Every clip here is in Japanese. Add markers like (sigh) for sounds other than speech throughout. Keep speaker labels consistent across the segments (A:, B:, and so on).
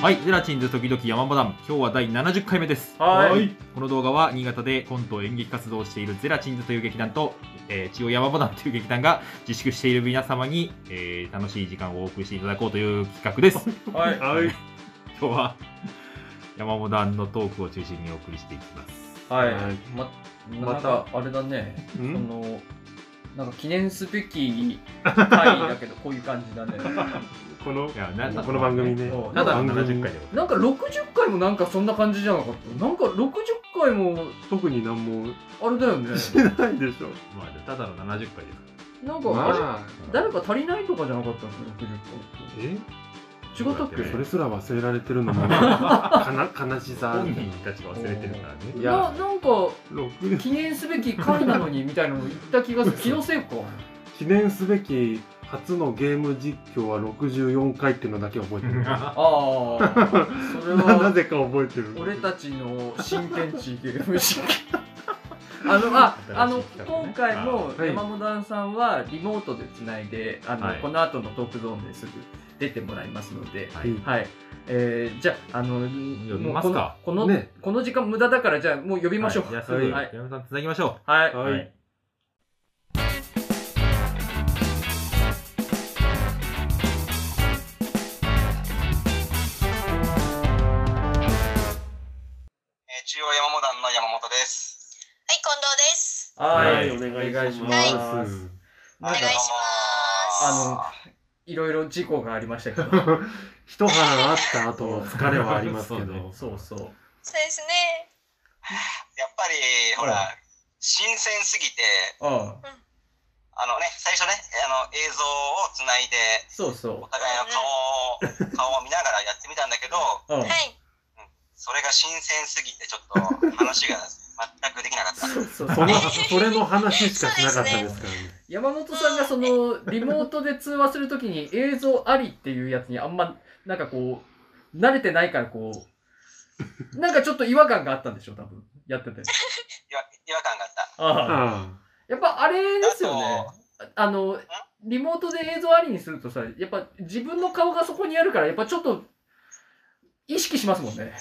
A: はい、ゼラチンズ時々山場団、今日は第70回目です。
B: はーい
A: この動画は新潟でコント演劇活動をしているゼラチンズという劇団と、えー、千代山場団という劇団が自粛している皆様に、えー楽しい時間をお送りしていただこうという企画です。
C: (laughs)
B: はい
A: はい、今日は山本団のトークを中心にお送りしていきます。
B: はい
C: はい
B: ま
C: ま
B: ま
C: た
B: たあれだね
C: う
B: あ
C: ん
B: のなんか記念すべき回だけどこういう感じだね
C: この
A: いやな
C: この番組ね
B: そう
A: ただ
C: 番組
A: 70回でございま
B: (laughs) なんか60回もなんかそんな感じじゃなかったなんか60回も
C: 特に何も
B: あれだよね (laughs)
C: してないでし
A: す。
C: ょ
A: まあ、ただの70回です。
B: なんかあれ
C: まあ
B: 誰か足りないとかじゃなかったの60
C: え
B: 回違ったっけ
C: それすら忘れられてるの
B: (laughs)
C: もかな悲しさあ
A: 本
C: る
A: 人たちが忘れてるからね。
C: いや
B: ななんか
C: ろく
B: 記念すべき回なのにみたいなの言った気がする気のせいか
C: 記念すべき初のゲーム実況は64回っていうのだけ覚え
A: (laughs)
C: てるな
B: ああ (laughs) それは
C: (laughs) なぜか覚えてる
B: 俺たちの新天地ゲー
A: (laughs)
B: ム実況あのああの
A: 新しい企画ね
B: 今回も
C: あはい
B: 山本さんはリモートでつないであの、
A: はい
B: この後のトークゾーンですぐ出てもらいますので、
A: はい
B: はいえーじゃああの
A: 呼び
B: もう
A: ま
B: こ
A: す
B: の
A: か
B: この,、
C: ね
B: この時間無駄だからじゃあもう呼びましょう
A: はい、じゃあす
B: は
A: ぐ、
B: い、
A: は、
B: はいい
A: 山本さんつなぎましょ
B: はい
A: は
C: はいい
D: えー中央山モダンの山本です。
E: はい、近藤です。
B: はい
C: お
B: お
C: 願
B: 願
C: い
B: い
C: し
B: し
C: ま
B: ますす、
E: お願いし
B: ま
D: あ
B: いろいろ事故がありましたけど
C: (laughs) 一腹あった後の疲れはありますけ
A: そうね
C: ど
B: そうそう
E: そうですね。
D: のやっぱり、ほら、新鮮すぎて、
B: ああ
D: あのね、最初ね、あの映像をつないで、
B: そうそ
D: お互いの顔を、顔を見ながらやってみたんだけど、
B: う、うん
E: はい。
D: それが新鮮すぎて、ちょっと話が全くできな
B: (laughs)
D: かった。
B: そうそう
C: そのそれの話しかしなかったですからね
B: 山本さんがそのリモートで通話するときに映像ありっていうやつにあんまなんかこう慣れてないからこうなんかちょっと違和感があったんでしょ多分やってて
D: 違和違和感があった。
B: ああ
C: あ
B: やっぱあれですよねあのリモートで映像ありにするとさやっぱ自分の顔がそこにあるからやっぱちょっと意識しますもんね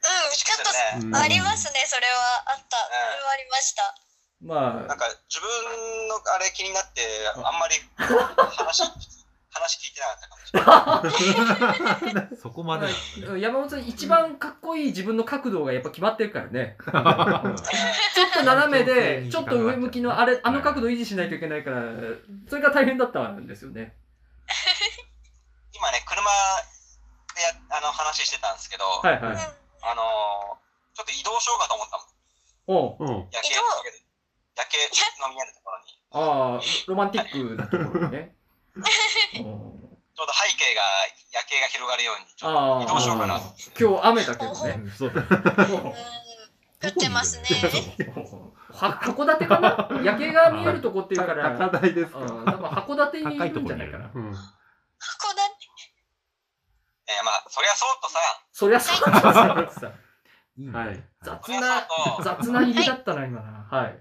E: うん、ちょっと、
D: あと、
C: うん
E: ありますね、それは。あった。それはありました。
B: ま
D: なん
B: あ
D: か自分のあれ気になって、あんまり話、話聞いてなかったかもしれな
A: う。
D: い。
A: (laughs) そこまでなんだね。
B: 山本さん一番かっこいい自分の角度がやっぱ決まってるからねちょっと斜めで、ちょっと上向きのあれ、あの角度維持しないといけないから、それが大変だったんですよね。
D: 今ね、車でやあの話してたんですけど、
B: はいは
E: うん
B: い。。
D: あのーちょっと移動しようかと思ったもん。
B: おう
C: あうん
D: 夜
E: 移
D: 景
E: 動
D: の夜景の見えるところに、
B: ああ、ロマンティックなところね。おう
D: ちょうど背景が、夜景が広がるように、ちょっと
B: あ
D: 移動しよう
B: あ、
D: かなと。
B: 今日雨だけどね。
A: うんそうだね
E: うん。降ってますね。
B: おうは函館かな夜景が見えるとこっていうか
C: 高
B: ら、
C: 台です
B: うん、
C: か
B: 多分函館にいるんじゃないかな。
C: うん
E: 函館。
D: えーまあ、そりゃそうとさ、
B: そりゃそうださ。
A: いいね
C: はい
B: 雑
D: そりゃ
B: な、
D: そうと、
B: 雑な入りだったな、今な。はい。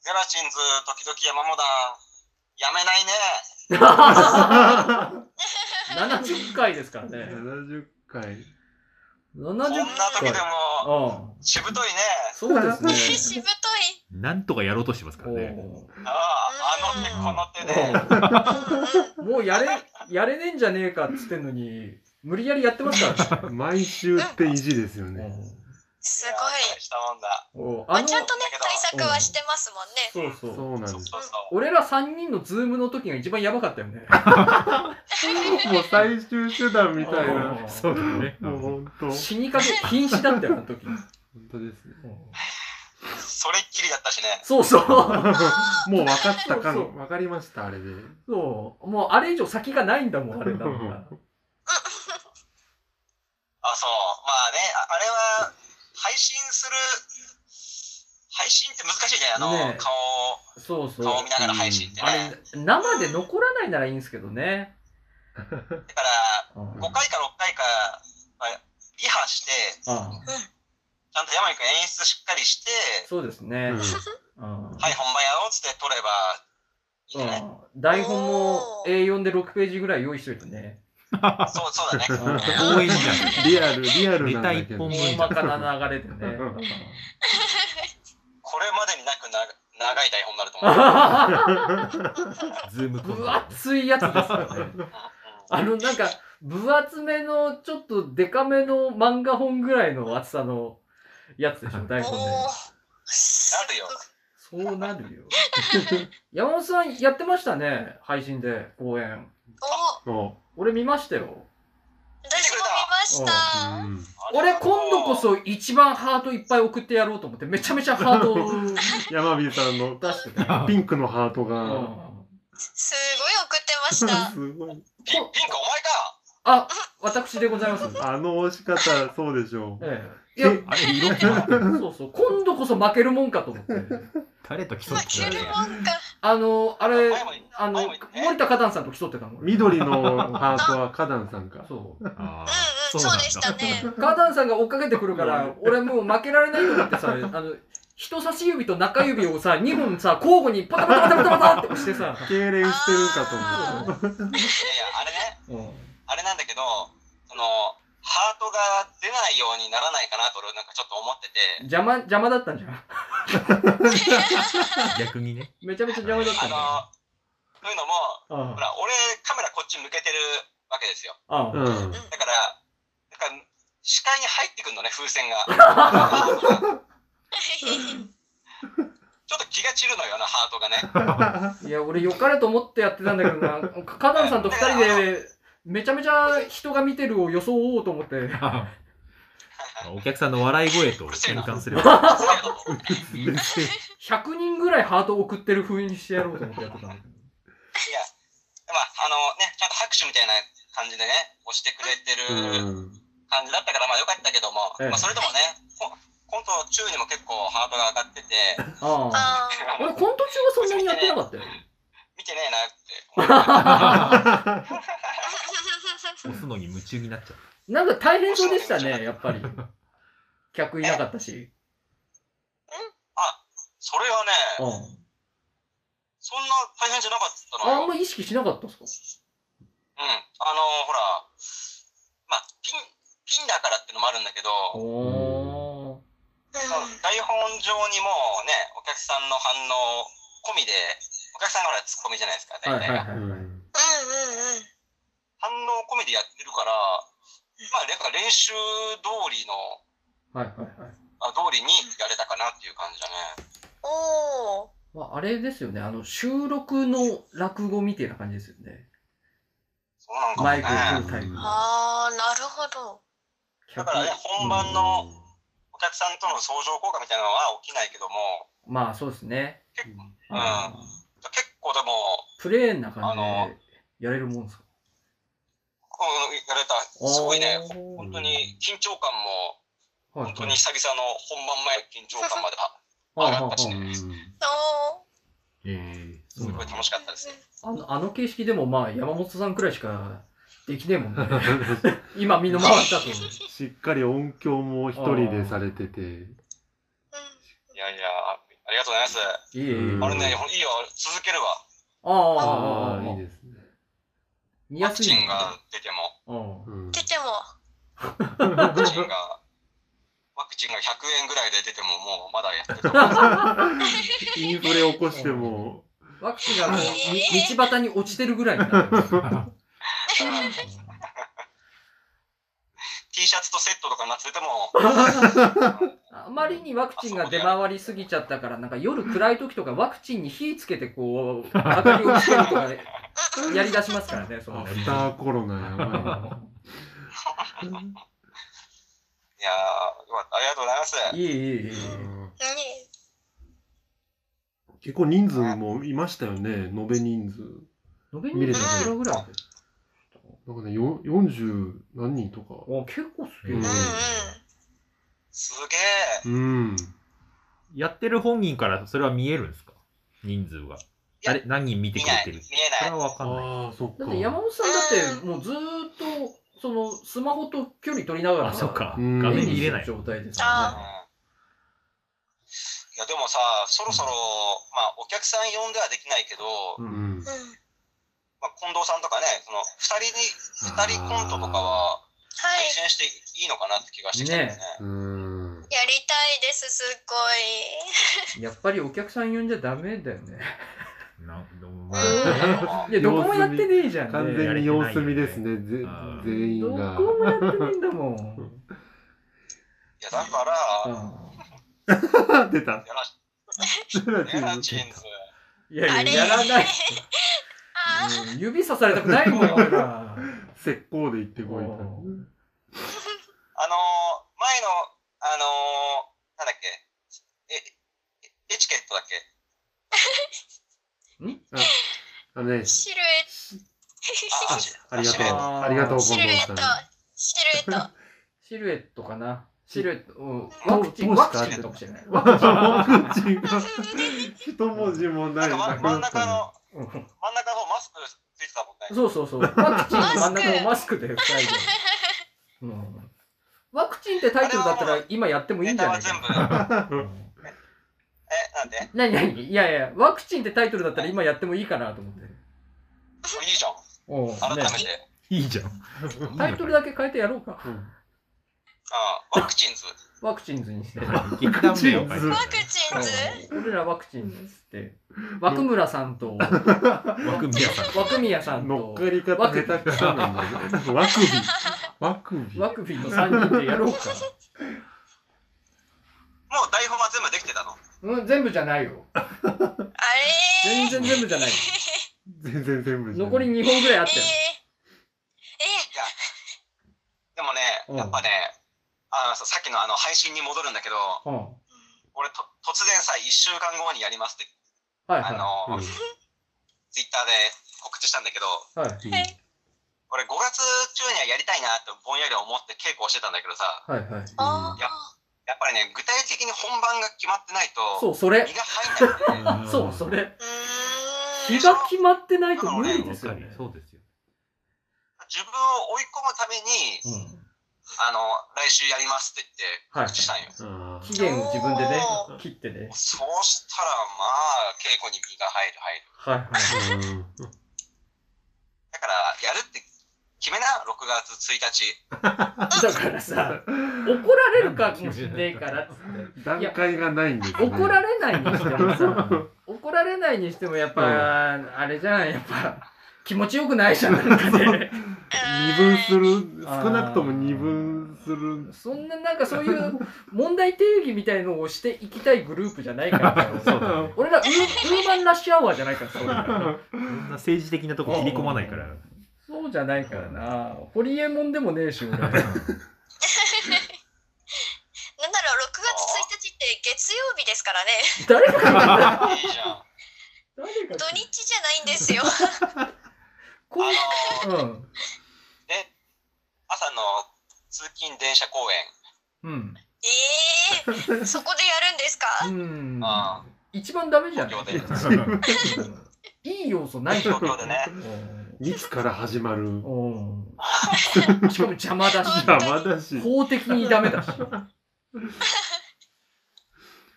D: ゼラチンズ、時々山モダン、やめな
B: (laughs)
D: いね。
B: 70回ですからね。
C: 70回
D: こん
B: 70
D: な時
B: 回
D: で。も、
B: うん。
D: しぶといね。
B: そうで
E: し
B: すね。
E: ぶとい。
A: なんとかやろうとしてますからね。
D: ああ、あの手、この手で。
E: うんうん。
B: おうもうやれ、やれねえんじゃねえかっつってんのに、無理やりやってますからね。
C: 毎週って意地ですよね
E: すごい。
D: 大したもんだ。
B: おう
E: ま
B: あ
E: あ、
B: の、
E: ちゃん
B: そ
E: とね、対策はしてますもんね。
B: う
D: と
B: そう。
C: そうなん
D: そ
C: で
D: う
C: す
D: そうそう。
B: 俺ら3人のズームの時が一番やばかったよね。
C: もう最終手段みたい
B: お
C: な
B: う
A: そうだね。
C: もう本当本
B: 死にかけ禁止だったよ、あの時。
C: 当ですね
D: それっきりだったしね。
B: そうそう。
C: もう分かったか
B: そうそ
C: ん分かりましたあれで
B: そう。もうあれ以上先がないんだもん、あれだから。
D: あ、そう。まあね、ああれは、配信する、配信って難しいじゃん、あの、
B: ねえ
D: 顔
B: そ
D: を、
B: うそう。
D: 顔を見ながら配信って
B: あ
D: ね。
B: れ、生で残らないならいいんですけどね。
D: だから、
B: うん
D: 5回か6回か、まあ、リハして、
B: あ
D: ちゃんと山井くん演出しっかりして、
B: そうですね。うん
D: はい、本番やろうっつって撮ればいいんじゃない、
B: うん台本も A4 で6ページぐらい用意しといてね。
D: そう、そうだ
B: (laughs)
D: ね。
A: 応援じゃ
C: リアル、リアルなんだけ
A: ネタ一
C: ど
A: 本。分
B: 大まかな流れでね。
D: これまでになくな長い台本になると思う。
A: ん。ズームコン
B: 分厚いやつですよね。あの、なんか、分厚めの、ちょっとデカめの漫画本ぐらいの厚さのやつでしょ、台
E: お
B: 本ね。
E: おー。
D: なるよ。
B: そうなるよ。山本さんやってましたね、配信で、公演。
E: お
C: そ
B: 俺見ましたよ。
E: 私も見ました。
C: う。うん
B: 俺今度こそ一番ハートいっぱい送ってやろうと思って、めちゃめちゃハートを
C: 山火さんの
B: 出してた。
C: ピンクのハート
B: う
C: が。
B: ん
E: すごい送ってました。
C: すごい。
D: ピ。ピンクお前か。
B: あ、私でございます。
C: あの押し方、そうでしょう。
B: ええ。いや、
A: あれ、色決まってる
B: そうそう、今度こそ負けるもんかと思って。
A: 誰と競
E: 負
A: って
E: け
A: た
E: る
A: ね
E: もんか。
B: あの、あれ、
D: 前も言った
B: あの、
D: 前も言ったね
B: 森田カタンさんと競ってたの。俺
C: 緑のハートは花壇さんか。
B: そう。
A: あ
E: うんう
A: ー
E: ん、そうでしたね。
B: カーダンさんが追っかけてくるから、俺もう負けられないと思ってさ、あの、人差し指と中指をさ、2本さ、交互にパタパタパタパタパタって押してさ、
C: 痙攣してるかと思う。
D: いやいや、あれね、
B: うん
D: あれなんだけど、その、ハートが出ないようにならないかなと俺なんかちょっと思ってて、
B: 邪魔、邪魔だったんじゃん。
A: 逆にね。
B: めちゃめちゃ邪魔だった
D: あ
B: んじゃん。
D: の、そういうのも、
B: あ
D: ほら、俺カメラこっち向けてるわけですよ。
B: あ
C: う
B: あ
C: ん。
D: だから、だから視界に入ってくるのね、風船が。ちょっと気が散るのよな、ハートが
B: (laughs)
D: ね。
B: あ。いや、俺良かれと思ってやってたんだけど (laughs) な、カーダンさんと2人で、めちゃめちゃ人が見てるを装おうと思って。
A: お客さんの笑い声と変換すれば。
D: (laughs) そういうの
B: 100人ぐらいハート送ってる風にしてやろうと思ってやって
D: (laughs)
B: たんだけど。
D: いや、まあ、あのね、ちゃんと拍手みたいな感じでね、押してくれてる
C: うん
D: 感じだったから、まあよかったけども、
B: ええ
D: まあそれでもね、こコント中にも結構ハートが上がってて、
B: ああ。
E: あー
B: 俺、コント中はそんなにやってなかったよ。
D: 見てねえなって
B: (laughs)
D: 思って。
A: 押すのに夢中になっちゃう。
B: なんか大変そうでしたね、やっ
D: (laughs)
B: ぱり。客いなかったし。
D: それは
B: う
D: ね、
B: ん。
D: そんな大変じゃなかったの
B: あ
D: よ。
B: んま意識しなかったっすか
D: うん。あのほら、まあ、ピン、ピンだからってのもあるんだけど、
B: お
D: 台本上にもうね、お客さんの反応込みで、お客さんがほらツッコミじゃないですか、
B: ー。
D: 大
B: はいはいはい。
D: 体が。
E: うんうんうん。
D: 反応込みでやってるから、まあ、なんか練習通りの、
B: はいはいはい。
D: あ通りにやれたかなっていう感じだね。
E: おお。
B: まあ、あれですよね、あの、収録の落語みたいな感じですよね。
D: そうなんかも
B: マイ
D: ね。
B: クを振るタイプ。
E: ああ、なるほど。
D: だからね、本番のお客さんとの相乗効果みたいなのは起きないけども、
B: まあ、そうですね。
D: 結構、
B: あー
D: 結構でも、
B: プレーンな感
D: あの
B: じでやれるもんですか
D: うんやれた、すごいね。
B: おー
D: 本当に緊張感も、
B: はいはい
D: 本当に久々の本番前の緊張感まであ
B: はいはい
D: 上がったし
B: はい
D: ね
E: おお。
A: ええ
B: そ
A: そううなんん
B: な
D: すごい
A: だ。
D: 楽しかったですね。
B: あのあの形式でもまあ山本さんくらいしかできねえもん (laughs) ね。今身の回りだと。
C: しっかり音響も一人でされてて。
D: いやいや、ありがとうございます。
B: いいえいいえ
C: うん
D: あれね、ほんいいよ、続けるわ。
B: ああああ
C: あ
B: あ
C: あ、いい
B: あ、
C: ですね。
B: 見
D: ワ
B: や
D: ク
B: す
D: チ
B: いね。
D: ンが出ても、
B: うん
C: うん
E: 出ても。
D: ワクチンが、ワクチンが100円ぐらいで出ても、もうまだやってると思う。
C: インフレ起こしても、
B: ワクチンがもうみ道端に落ちてるぐらいになる。
D: T シャツとセットとかになってても、
B: あまりにワクチンが出回りすぎちゃったから、なんか夜暗い時とかワクチンに火つけてこう、明かりをつけるとかねやり出しますからね、そ
C: ア
B: の。
C: フターコロナやば
D: いやー、よかった。ありがとうございます。
B: いいいいいいいい。
C: いな。うん
E: ね
C: 結構人数もいましたよね、延べ人数。
B: 延べにいくらぐらい
C: なんかね、よ40何人とか。
B: お結構すげえ
E: う
C: うん
B: な。
D: すげえ。
C: うん。
A: やってる本人からそれは見えるんですか人数が。あれ何人見て
D: 見
A: く
D: な
A: れ
D: い。
A: て
D: 見
A: るそ
D: えな
A: れ
D: い。
A: はわかんない。
C: ああ、そっか。
B: だって山本さんだってもうずーっと、そのスマホと距離取りながら、
A: あ、そっか。
C: うん
A: 画
B: 目
A: 面
B: に
A: 見
B: 入
A: れ
B: れ
A: な
B: ないい。状態です
D: うん
E: あ
D: いや、でもさ、そろそろ、まあ、お客さん呼んではできないけど、
C: うん。
E: うん。
D: まあ、近藤さんとかね、その二人に、二人コントとかは
E: は
D: 配
E: い。
D: 信していいのかなって気がしてきたんですね。
C: うーん。
E: やりたいです、すっごい。
B: やっぱりお客さん呼んじゃダメだよね。
A: などうも
B: いや、どこもやってねえじゃん、ね。
C: 完全に様子見ですね、ぜ
A: あー
C: 全員が
B: ど。こもやってねえんだもん。
D: いや、だから、
C: (laughs) 出た。
D: やらし
C: ゼラチ
D: ね、
C: ン
D: ラ
C: の
D: ンチンズ。
B: いや
E: あ
B: い
E: れ
B: や、やらない。
E: あー
B: うん指さされたくないもん、俺ら。
C: 石膏で行ってこ
B: う。ん
C: いと
D: あのー、前の、あのー、なんだっけ、え、エチケットだっけ
C: あのね、
E: シルエ
D: あ
E: ッ
D: あ
E: ト。
C: ありがとう
D: シルエッ。
B: ト
C: ありがとう、
E: シルエッ
C: ゴン
E: ト (laughs)
C: ゴンさん。。
E: シル
B: シル
E: エット。
B: エットかな。シルエット。うん
C: ど
B: ワクチン、
C: どう
B: ワ
C: した
B: クチンかもしれない。ワクチン
C: ワクチンが一文字もない。
D: なんか
C: なく
D: 真真
C: なんった
D: 中の、
B: うん
D: 真ん中の方マスクついてたもんね。
B: そうそうそう。ワクチンの真ん中のマスク (laughs) で、二人で。うんワクチンってタイトルだったら今やってもいい
D: ネ
B: んじ
D: タ
B: ゃな
D: はい全
B: か
D: 部、
B: な。う
D: え、
B: ん
D: なんで
B: 何何いやいや、ワクチンってタイトルだったら今やってもいいかなと思って。
D: いいじゃん。
B: おう
D: 改めて。
B: ね
A: いいじゃん。
B: タイトルだけ変えてやろうか。
C: うん
D: うん、ワクチンズ。
B: ワクチンズに (laughs) して。
A: 劇団名を変え
C: ワ
E: ワクチンズ
B: 俺らワクチンズっつって。枠村さん (laughs) と、
A: 枠宮さん。
B: 枠宮さん
C: 乗っ
B: と、
C: かり方下手くそなんだね。ワクビ。ワクビ。
B: ワクビの3人でやろうか。
D: もう台本は全部できてたの。
B: うん、全部じゃないよ。
E: あ
B: 全
E: れ
B: 然全部じゃないよ。
C: 全然全部じゃない
B: 残り2本ぐらいあっ
E: えー
B: たよ。
E: え
D: でもね、
B: うん
D: やっぱね、あのささっきのあの配信に戻るんだけど、
B: うん。
D: 俺と、突然さ、1週間後にやりますって、
B: はい
D: あ
B: は
D: の、
C: うん
D: ツイッターで告知したんだけど、
B: い。はい。
D: 俺5月中にはやりたいなってぼんやり思って稽古をしてたんだけどさ、
B: はいはい。
E: あ
D: ややっぱりね、具体的に本番が決まってない
B: そ
D: と、
B: う、それ
D: 身。が入んないんだよね。
A: うん
B: そう、そ。れ。
E: ーう
B: 気
E: ーん
B: が決まってないと無理
A: わ
B: です
A: か
B: よ
A: る
B: ね
A: よ。。そうですよ。
D: 自分を追い込むために、
B: うん。
D: あの、来週やりますって言
B: は
D: っ
B: い
D: て告知したんよ。
C: あ
B: 期限を自分でね
E: お、
B: 切ってね。
D: そうしたら、まあ、稽古に身が入る、入る。
B: はいはい。
C: ーうん
D: だから、やるって決めな、6月1日。
B: (laughs) だからさ、怒られるかもしんねえからっつって。
C: 段階がないんですね。
B: 怒られないにしてもさ、怒られないにしてもやっぱ、あれじゃん、やっぱ、気持ちよくないじゃん、なんかね。
C: 二分する、
B: あー
C: 少なくとも二分する。
B: そんななんかそういう問題定義みたいのをしていきたいグループじゃないからさ
A: そうだね。
B: 俺らウーウーマンラッシュアワーじゃないからさ、俺ら
A: そんな政治的なとこ切り込まないから。
B: そうじゃないからな。ホリエモンでもねえし、
D: (laughs)
B: 俺。
E: なんだろう、6月1日って月曜日ですからね。
B: 誰が誰が
D: いいじゃん。あ
E: 土日じゃないんですよ。
B: こう、
D: の、
B: うん。
D: で、朝の通勤電車公演。
B: うん。
E: ええそこでやるんですか
B: うん
D: あ
B: 一番ダメじゃん。
D: 東京で
B: いい要素ないじゃん
D: 東。京でね。
C: 密から始ま
B: う
C: る。
B: んうんしかも邪魔
D: (laughs)
B: だし、
C: 邪魔だし。
B: 法的にダメだし。
D: いやー、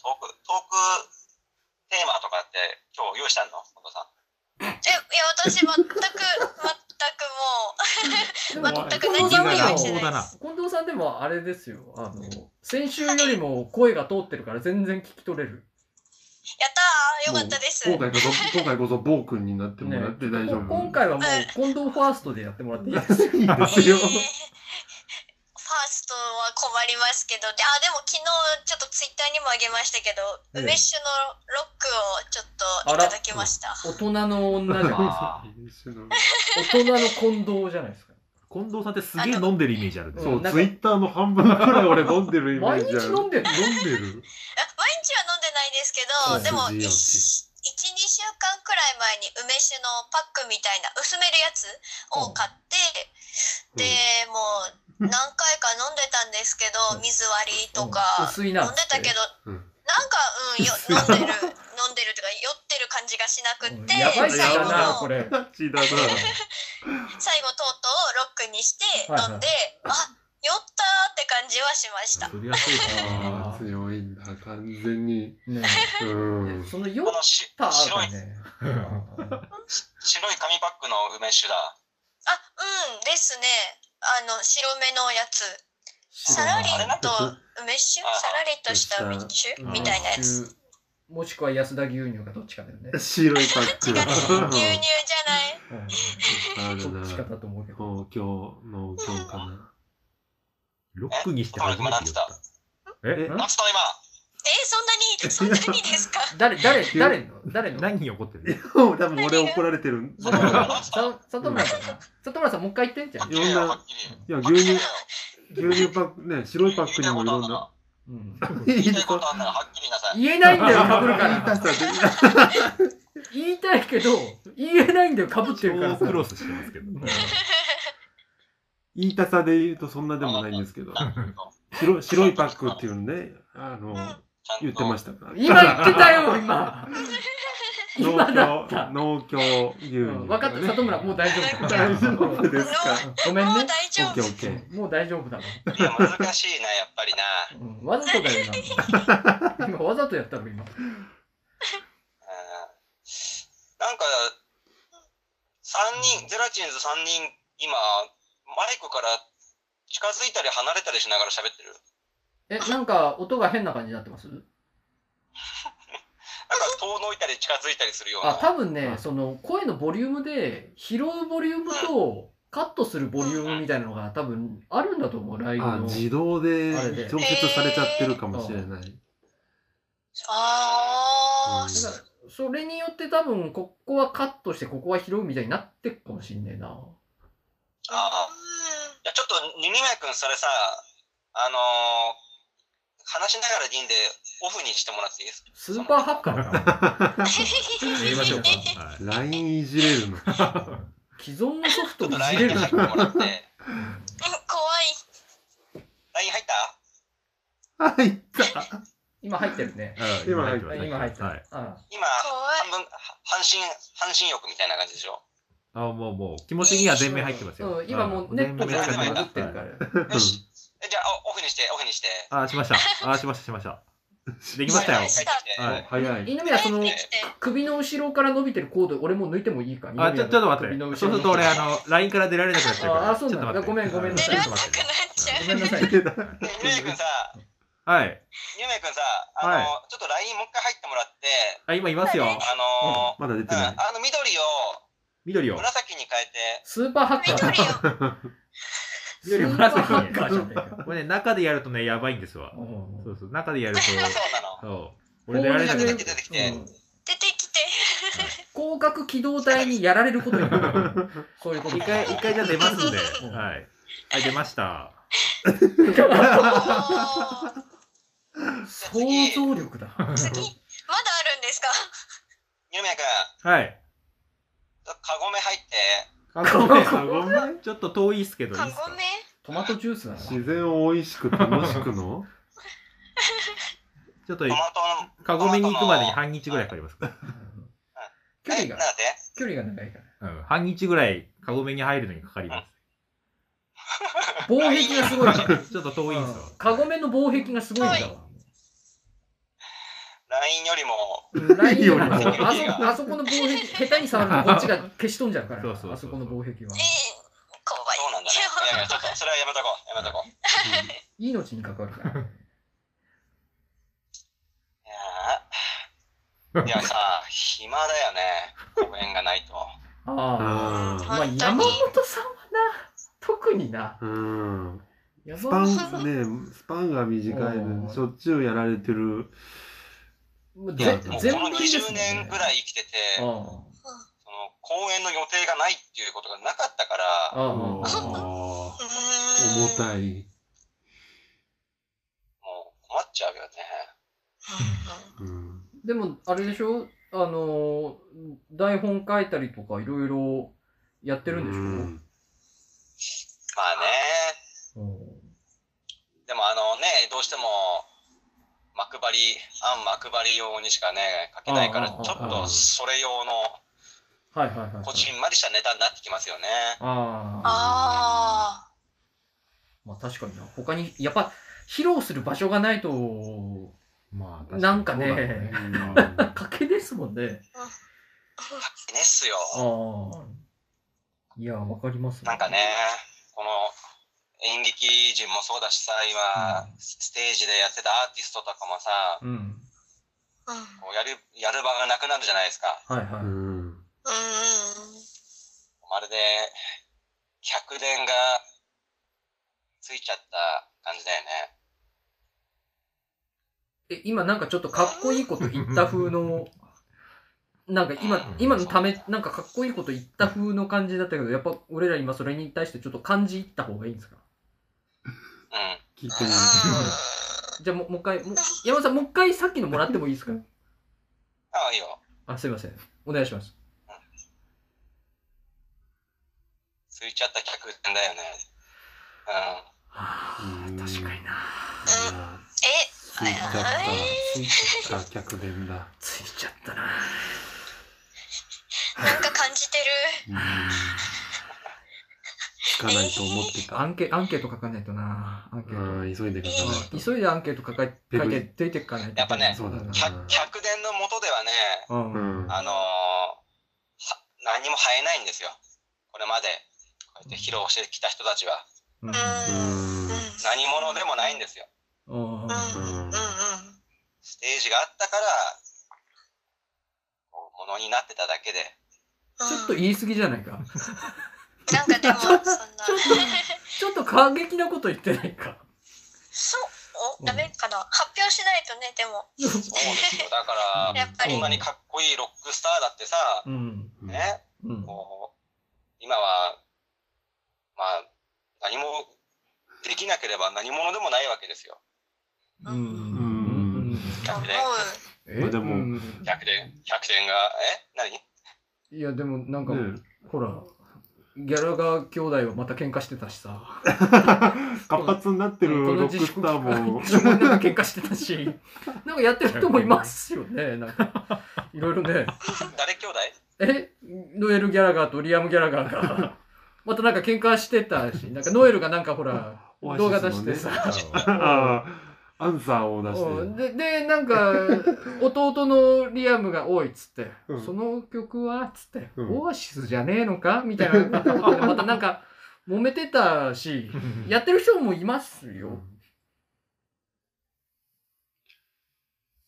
D: トーク、トークテーマとかって今日用意したのお父さん。
E: え、いや、私全く、
B: で
E: 全くも
B: も
E: う、全く
B: 近藤
E: 何
B: さん
E: も
B: で
E: 用
B: も
E: 意し
A: そ
E: て
A: う
E: ない
A: だ
E: で
A: な
E: す。
B: 近藤さんでもあれですよ。あの、先週よりも声が通ってるから全然聞き取れる。
E: やったー、よかったです。
C: 今回こそ、今回こそ、暴君になってもらって大丈夫。
B: こ今回はもう近藤ファーストでやってもらっていいです
D: (laughs)
B: か
C: いいで
E: えー
C: すよ。
E: ファーストは困りますけど、あ、でも昨日ちょっとツイッターにもあげましたけど、
B: ええ
E: 梅酒のロックをちょっといただきました。
B: 大人の女じゃない
D: あ
B: 大人の近藤じゃないですか。
A: 近藤さんってすげえ飲んでるイメージあるね。
C: そ
B: な
C: う、
B: んか
C: ツイッターの半分くらい俺飲んでるイメ
B: 毎
C: ージあ
B: 日
C: る。
B: 飲んでるの
C: 飲んでる
E: あ毎日は飲んでないですけ
B: そう
E: ど、でも、
C: 筋
E: 1、2
C: やん
E: 週間くらい前に梅酒のパックみたいな、薄めるやつを買って、で、もう、何回か飲んでたんですけ
B: う (laughs)
E: ど、
B: ん
E: 水割りとか、
B: うん薄いな
E: 飲んでたけど、
C: う
E: なんんか、うん、よ飲んでる、飲んでるとか、酔ってる感じがしなくっ
B: うん
E: て、
B: やばい
E: 最
B: 人
E: 後
B: だな、こ
E: の、
B: れ。
C: 血だな。
E: 最後、とうとうロックにして
B: はいはい
E: 飲んで、あ、酔ったーって感じはしました。
A: そりゃそうだな。
C: あー強いんだ、完全に。
B: ね
C: うん。
B: その酔っ
D: このし
B: た
D: 白
B: 後
D: い、
B: ね。
D: 白い紙パックの梅酒だ。
E: あ、うんですね。あの、白目のやつ。さらりと梅酒
D: あ
E: さらりとした梅酒
A: ん
E: みたいなやつ。
B: もしくは安田牛乳かどっちかだよね。
C: 白いパック
E: 違う、牛乳じゃない。
B: うん
C: ある
B: どっちか
C: な。
B: だと思うけど。
C: 東京の今日かな。
A: ロックにして初めて言った。え
C: え
A: な
D: 夏と今。
E: えそんなに、そんなにですか
B: 誰、誰、誰の誰の
A: 何に怒ってる
C: 多分俺怒られてるんだ。
D: 夏と
B: さ里村さんな。里村さん、もう一回言ってんじゃん
D: 今。。い
C: いろんな
D: はっきり。
C: いや、牛乳、牛乳パック、ね、白いパックにもいろん
B: (laughs)
C: な。
B: うん
C: 言い
D: 言
C: た
D: いた
C: い
D: いことあんならはっきり言いなさい。
B: 言えないんだよ、かぶるか
C: 言いた
B: ら。
C: さで
B: 言いたいけど、言えないんだよ、かぶってるから
A: 超
B: さ。
A: クロスしてますけど。
B: (laughs)
C: 言いたさで言うとそんなでもないんですけど、
D: なるほど
C: 白白いパックっていうのね、あの、
D: ちゃんと
C: 言ってましたから。
B: 今言ってたよ、今。今
C: 農
B: だ
C: 協
B: っ、た。
C: 農協牛乳、
B: うん分かった、里村、もう大丈夫だ。
C: 大丈夫ですか
B: ごめん
E: (laughs) も
B: ね
E: う。大丈
C: オッケ
E: 夫。
C: ーオッケー。
B: もう大丈夫だわ。
D: いや、難しいな、やっぱりな。
B: うんわざとだよな。今、わざとやったの、今。
D: うんなんか、三人、ゼラチンズ3人、今、マイクから近づいたり離れたりしながら喋ってる。
B: え、なんか、音が変な感じになってます
D: なんか遠のいたり近づいたりするような。
B: あ、多分ね
C: う、ん
B: その、声のボリュームで、拾うボリュームと、カットするボリュームみたいなのが多分あるんだと思う、ライブ
C: あ、
B: の。
C: 自動で
B: あれで
C: 調節されちゃってるかもしれない。
E: あ
C: うん
E: ー、
B: だからそれによって多分、ここはカットして、ここは拾うみたいになってくかもしんねえな。
D: あいやちょっと、二宮君、それさ、あのー話しながらでいいんで、オフにしてもらっていいですか
B: スーパーハッカー
A: (laughs)
B: かな。
E: (laughs)
A: やりましょうか。はい
C: LINE いじれるの。
B: 既存のソフ
D: ち
B: ト
D: ょっ
B: に
D: と
B: い
D: LINE
B: じれ
D: に
B: るな
D: 入って。もらって。
E: 怖い。
D: LINE 入った
C: 入った。
B: 今入ってるね。
A: うん
C: 今入っ
A: ます
B: 今入ってる。
A: はい。
B: あ
D: 今、半分、半身、半身浴みたいな感じでしょ。
A: あ、もうもう、気持ちには全面入ってます
B: あ
A: よ。
B: うん、今もうネット
A: で
B: で
D: 全面
B: 入
D: 入
B: っ
D: って
B: るから。
D: よし。えじゃあ、おオフにして、オフにして。
A: あー、しました。あー、しました、しました。できましたよ
E: しま。した
A: は
D: はいい。
C: 早い。
B: 犬宮、その
E: 帰、ってきて
B: 首の後ろから伸びてるコード、俺もう抜いてもいいか
A: あ、ちょ、ちょっと待って。そうすると俺、あ、の、LINE から出られなくなっちゃうから。
B: ああそうなんだ
A: ちょっと待って
B: ごめんごめん
A: ち
B: な
A: ょ
B: さ
E: 出
B: い
E: ら
A: っ
E: ん
A: と
E: なく
A: 待って
B: ごめんなさい。
E: なっちゃう。
D: ゆめくんさ、
A: はい。
D: ゆめくんさ、あの、
A: は
D: ちょっと LINE もう一回入ってもらって、
A: あ、今いますよ。
D: あの
C: まだ出て
D: ー、うん、
C: ない。
D: あの緑を
A: 緑を。
D: 紫に変えて、
B: スーパーハッカー
E: 緑
B: だ。
E: を。
B: スーパーハッカーじゃねえか。
A: これね、中でやるとね、やばいんですわ
B: う。ん
A: そうそう、中でやると。
D: あそうなの。
A: そう。俺出られなくなっ
D: 出
A: ちゃ
D: てき
B: う
D: て、
B: ん
E: 出てきて。
B: 広角機動隊にやられることになる。そういうこ
A: う。
B: と。
A: 一回、一回じゃあ出ますんで。
B: うん
A: はい。はい、出ま
B: (laughs)
A: した。
E: おー
B: 想像力だ。
E: 次、まだあるんですか
D: ゆめくん、
A: はい。
D: カゴメ入って、
C: あ
B: ごめん
C: ごめん
A: ちょっと遠いですけど。いい
E: カ
A: ですか
E: ゴメ
B: トマトジュースなの
C: 自然を美味しく楽しくの
A: ちょっと
D: ト、マトの、
A: カゴメに行くまでに半日ぐらいかかりますか
B: 距離
D: え、
B: が
D: なん、だって
B: 距離が長いから。
A: ら。うん。半日ぐらい、カゴメに入るのにかかりま
B: 防壁がすごいから。
A: す。ちょっと遠いんですわ。
B: カゴメの防壁がすごいんだわ。
D: ?LINE よりも、
B: ラインよりも
C: いい
D: よ
B: あ
D: りも
B: そあそこの防壁、下手に触るとこっちが消し飛んじゃうから、
A: そうそうそうそう
B: あそこの防壁は
E: え。ー怖い。
D: そうなんだね。いやいや、ちょっと、それはやめとこう、やめとこう。
B: 命に関わるから。
D: いやーいやさ、暇だよね、公園がないと。
B: あ
C: あ
B: あ。ま
C: あ
B: あ、
E: 本当に
B: 山本さんはな、特にな。
C: うん
B: 山
C: スパ
B: 本
C: ンねスパンが短い
B: う
C: の
B: ん
C: にしょっちゅうやられてる
B: もう
C: いや
B: ぜ
D: もう
B: 全
D: この
B: 部です
D: 20
B: もん
D: 年
B: ね
D: ぐ。らい生きてて、
B: あ
D: その公演の予定がないっていうことがなかったか
B: あ
D: ら、
B: ああ
C: おー
B: あ
C: 重
E: (laughs) うーん
C: たい、
D: もう困っちゃうよね。
C: うん、
B: でも、あれでしょあのー、台本書いたりとかいろいろやってるんでしょ、
C: うん
D: ま
B: う
D: あね、
B: ん
D: でもあのね、どうしても、幕張、アン幕張用にしかね、書けないから、
B: あ
D: ち
B: ーあー
D: ょっとそれ用の、
B: はいはいはいはい。
D: こじんまりしたネタになってきますよね。
B: ああ。
E: あ
B: まあ確かにな。他に、やっぱ、披露する場所がないと、
A: まあ、
B: なんか
A: 確にそ
B: ね
A: うだろうね
B: 賭けですもんね。
E: ー
D: ねっすよ。
B: ああ。いや、わかります、
D: なんかね、この演劇人もそうだしさ、今、ステージでやってたアーティストとかもさ、
B: うん。
E: うん。うん
D: こうやるやる場がなくなるじゃないですか。
B: はいはい。
C: うん。
E: うん。
D: まるで、客電がついちゃった感じだよね。
B: え、今なんかちょっとかっこいいこと言った風の、なんか今、今のため、なんかかっこいいこと言った風の感じだったけど、やっぱ俺ら今それに対してちょっと感じいった方がいいんですか
D: う
C: 聞
D: ん。
C: いてみる。
B: じゃあもうもう一回、もう山本さんもう一回さっきのもらってもいい (laughs) ですか
D: ああ、いいよ。
B: あ、すいません。お願いします。
D: ついちゃった客電だよね。うん。
B: はあ
C: うん
B: 確かにな
C: あー
E: え、
C: ついちゃった。ついちゃった客伝だ。
B: ついちゃったな
E: なんか感じて
C: う
E: る。
C: ん。つかないと思って
B: ア
C: た。
B: ンケアンケート書かないとなアンケー
C: うん、急いで書か
B: ト、
C: ないと。
B: 急いでアンケート書か書いて出てかないと
D: やっぱね
C: そうだな
D: 客客電のもとではね、
B: うん、
C: うん
D: あのーは何も生えないんですよ。これまで、こうやって披露してきた人たちは、
B: うん
E: うん。うん。
C: うん
D: 何者でもないんですよ。
B: うん
E: うん。うん。うん。
D: ステージがあったから、こうものになってただけで、
B: ちょっと
E: うん
B: 言い過ぎじゃない
D: (laughs)
B: か
E: なんかでも、そんな。
B: ちょっと過激なこと言ってない
D: (laughs)
B: か
E: そう。お、ダメかな。発表しないとね、でも。
D: そうですよ。だから、
E: (laughs) やっぱり
D: こんなにかっこいいロックスターだってさ、
B: うん
C: うん
D: ね、
B: うん
D: こう、今は、まあ、何もできなければ何者でもないわけですよ。
B: うんうん
C: うん
E: 思う。
D: 逆で、
B: え
C: まあでも
B: うん
D: 逆で、逆転が、え何
B: いやでもなんか、
C: ね
B: ほらギャラガー兄弟はまた喧嘩してたしさ
C: 活発になってる
B: この
C: ロッ
B: 自
C: クスタ
B: 粛期
C: ーも
B: 間中もなんか喧嘩してたしなんかやってる人もいますよねなんかいろいろね
D: (laughs) 誰兄弟
B: えノエル・ギャラガーとリアム・ギャラガー
C: (laughs)
B: が、またなんか喧嘩してたし、なんかノエルがなんかほら、
C: オアシス
B: 動
C: のね
B: 画出してさ、
C: あーアンサーを出して
B: うんで、で、なんか、弟のリアムが多いっつって、
C: うん
B: その曲はっつって、
C: うん
B: オアシスじゃねえのかみたいなことで、またなんか、揉めてたし、やってる人もいますよ。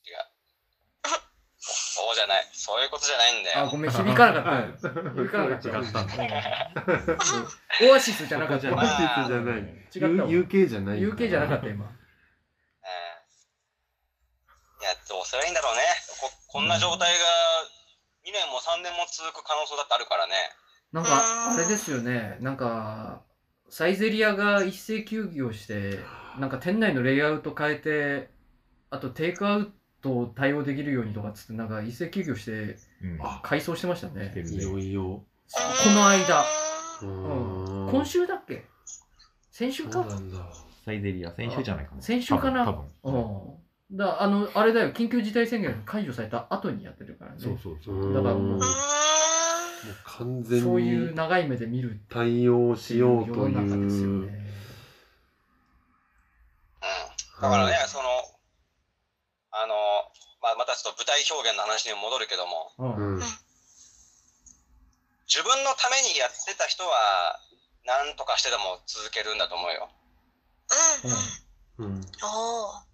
D: 違う。そうじゃない。そういうことじゃないんだ
B: あ、
D: よ
B: ご。めん、響かなかっ
C: る
B: 響かなかった
A: 違ったんだ
B: た。オアシスじゃなかっ
C: じ
B: た。違
C: ゃな
B: っ
C: い
D: い
C: アンシスじゃない
B: たわ。
C: U- UK じゃない
B: UK じゃなかった、今。
D: うんいや、どうすりゃいいんだろうね。ここんな状態が2年も3年も続く可能性だってあるからね。
B: なんか、あれですよね、なんか、サイゼリアが一斉休業して、なんか店内のレイアウト変えて、あとテイクアウト対応できるようにとかっつって、なんか一斉休業して
A: うん
C: あ
B: 改装してました
A: 来てる
B: ね。
C: いよ
A: ね
C: いよ
B: この間、
C: う
B: うん
C: ーん
B: 今週だっけ先週
C: そ
B: か
C: うなんだ
A: サイゼリア先週じゃないかな
B: 先週かな
A: 多分多
B: う
A: 分
B: ん。だあの、あれだよ、緊急事態宣言が解除された後にやってるからね。
A: そうそうそううん
B: だからもう
C: もう
E: うーん。
C: 完全
B: そういう
C: に
B: 長い目で見る
C: 対応しよう
B: 世の
C: と
B: 中ですよね。
C: いう
D: うん。だからね、その、あの、まあ、またちょっと舞台表現の話に戻るけども、
B: うん
C: うん
D: 自分のためにやってた人は、何とかしてでも続けるんだと思うよ。
E: うん。
B: (laughs)
C: うん
E: おー。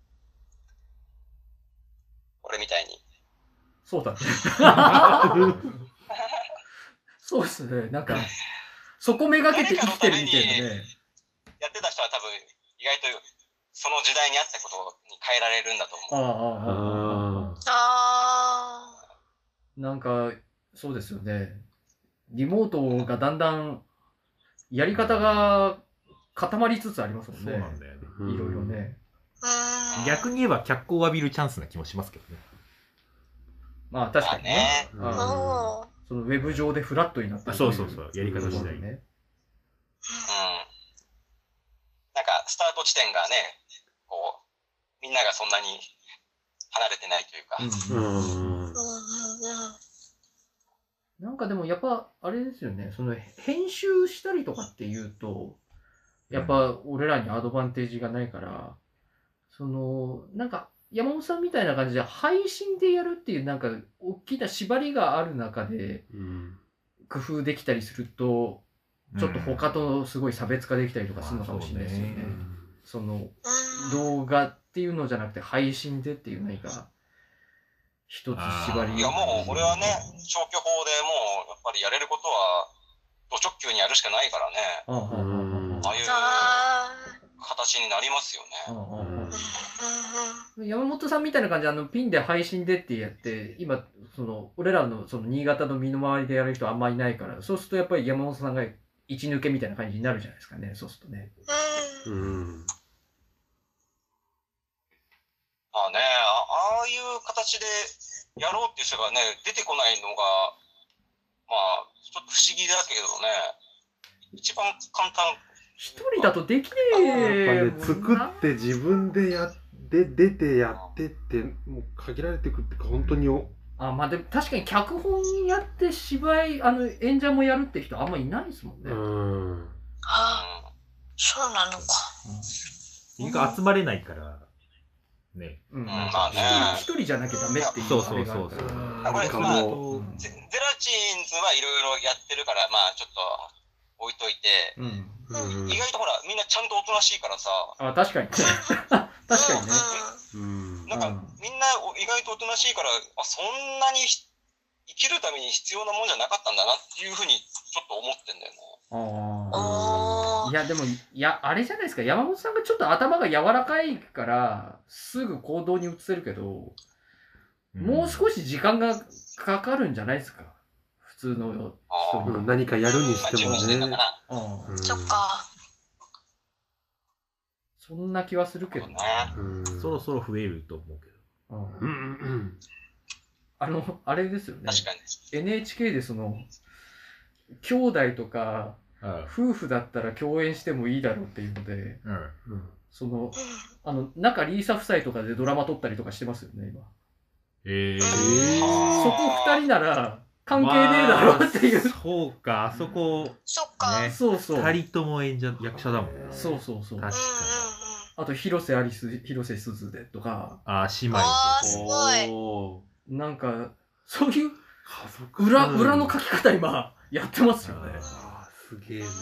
D: 俺みたいに。
B: そうだね。そうっすね。なんか、そこめがけて生きてるみたいなね。
D: やってた人は多分、意外と、その時代に合ったことに変えられるんだと
B: あ
D: 思う。
B: あああああ
C: あ
E: あー。
B: なんか、そうですよね。リモートがだんだん、やり方が固まりつつありますもん
A: そ
B: ね。
A: うなんだよね
C: ー
B: いろいろね。
E: うーん。
A: 逆に言えば脚光を浴びるチャンスな気もしますけどね
B: まあ確かにね。
C: うん
B: ああ
E: おー。
B: そのウェブ上でフラットになった
A: あ
B: り
A: そうそうそうやり
B: と
A: 方
B: いう
A: 次
B: ことで
A: 第ね
B: ね。
D: うん。なんか、スタート地点がね、こう、みんながそんなに離れてないというか。
B: うん
C: うん
E: うんうんうん。
B: なんかでもやっぱあれですよね、その編集したりとかっていうと、やっぱ俺らにアドバンテージがないから、そのなんか山本さんみたいな感じで配信でやるっていうなんか大きな縛りがある中で
C: うん。
B: 工夫できたりすると、ちょっと他とすごい差別化できたりとかするのかもしれないですよね。
A: うん
B: その
E: うん。
B: 動画っていうのじゃなくて配信でっていう何か一つ縛り
D: いや、もう俺はね、消去法でもう、やっぱりやれることは、ド直球にやるしかないからね、
B: ああああああ
C: うん
D: ああいう
E: あ
D: 形になりますよ
B: あ
D: ね。
B: あああ
E: ーうんうん。
B: 山本さんみたいな感じであのピンで配信でってやって今その俺らのその新潟の身の回りでやる人あんまいないからそうするとやっぱり山本さんが一抜けみたいな感じになるじゃないですかねそうするとね
E: う。
C: うんん。
D: まあね、あああいう形でやろうっていう人がね、出てこないのが、まあ、ちょっと不思議だけどね、一番簡単、
B: 一人だとできねえ
C: やっぱ
B: もん
C: ね、
B: な
C: 作って自分でやって、出てやってって、もう限られてくってか、本当にお、
B: あまあでも確かに脚本やって芝居あの演者もやるって人あんまいないですもんね、
C: うん。
E: あ
D: うん
E: そうなのか。
A: 結局集まれないから、ね。
B: うん
D: んまあね
B: 一人一人じゃなきゃダメっていう
A: そう
B: あ
A: そ
B: れ
A: う
B: があ
A: そ
B: る
A: う
B: か
A: そ
B: ら
A: う。
C: あ
D: これ
C: か
D: まあ
C: も。
D: ゼゼラチンズはいろいろやってるから、まあちょっと置いといて、
B: うん
C: うん
D: 意外とほら、みんなちゃんとおとなしいからさ、
B: あ確かに (laughs) 確かにね
C: うん
D: なんか
B: うん
D: みんなお意外とおとなしいから、あそんなにひ生きるために必要なもんじゃなかったんだなっていうふうにちょっと思ってんだよね。
B: あ
E: うん
B: あ
E: うん。お
B: い
E: ー。
B: やでもいやあれじゃないですか山本さんがちょっと頭が柔らかいからすぐ行動に移せるけど、もう少し時間がかかるんじゃないですか普通の人
D: あ
B: に
D: ー
B: は、
C: うん何かやるに
D: まあ、
C: し
D: 自
C: ても
D: 分してたか
C: ね。
D: な。
B: うん
C: うん
E: そっか。
B: そんな気はするけどね、
C: うん。
A: そろそろ増えると思うけど。
B: うん
C: うんうん
B: あのあれですよね
D: 確かに。
B: NHK でその兄弟とか夫婦だったら共演してもいいだろうっていうので
A: うん。
C: うん。
B: その
E: うん。
B: あの仲リーサ夫妻とかでドラマ撮ったりとかしてますよね今
A: えー、
E: ー
B: そこ二人なら関係ねえだろうっていう、
A: まあそうか、あそこ、
E: そっか。うん
A: ね
B: そうそう
A: 二人とも演者、役者だもんね。
B: そうそうそう
A: 確かに。
B: あと広瀬アリス広瀬すずでとか
A: あー、姉妹。
E: あーすごい
C: お
B: なんかそういう
C: ー。家族
B: 裏,、
C: うん
B: 裏の書き方今やってますよね
C: あーすげえ
E: うんうん。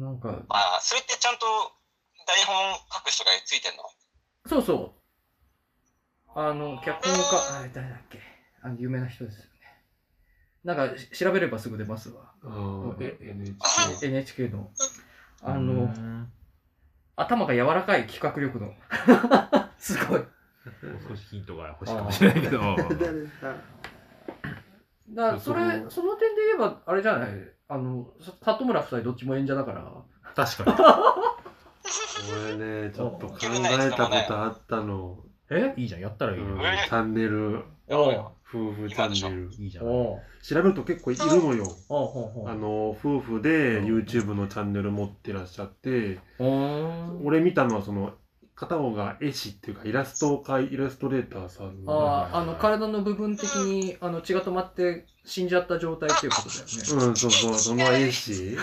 C: な。
B: なんか
D: ああ、それってちゃんと台本書く人がついてんの
B: そうそう。あの、脚本家、あれ誰だっけあの、有名な人ですよね。なんか、し調べればすぐ出ますわ。
C: あー
B: え
C: NHK
B: NHK の。あ
A: う
B: の、
A: ん
B: 頭が柔らかい企画力の。すごい。
A: もう少しヒントが欲しいかもしれないけど。
B: (laughs)
C: 誰だ
B: だからそれ、
C: そ
B: そ
C: う
B: の点で言えば、あれじゃないあの、さ里村夫妻どっちも演者だから。
A: 確か
C: 俺ね、ちょっと考えたことあったの。
B: え
A: に。いいじゃん、やったらいいよ。
C: うん
A: い
C: チャンネル、
B: おう
C: 夫婦チャンネル。
A: いじゃん。
B: おう
C: 調べると結構いるのよ。
B: おうほうほう
C: あの、夫婦で YouTube のチャンネル持ってらっしゃって、
B: おう
C: 俺見たのはその、片方が絵師っていうか、イラスト界イラストレーターさんの。
B: ああ、あの、体の部分的に、あの、血が止まって死んじゃった状態っていうことだよね。
C: うん、そうそう、その絵師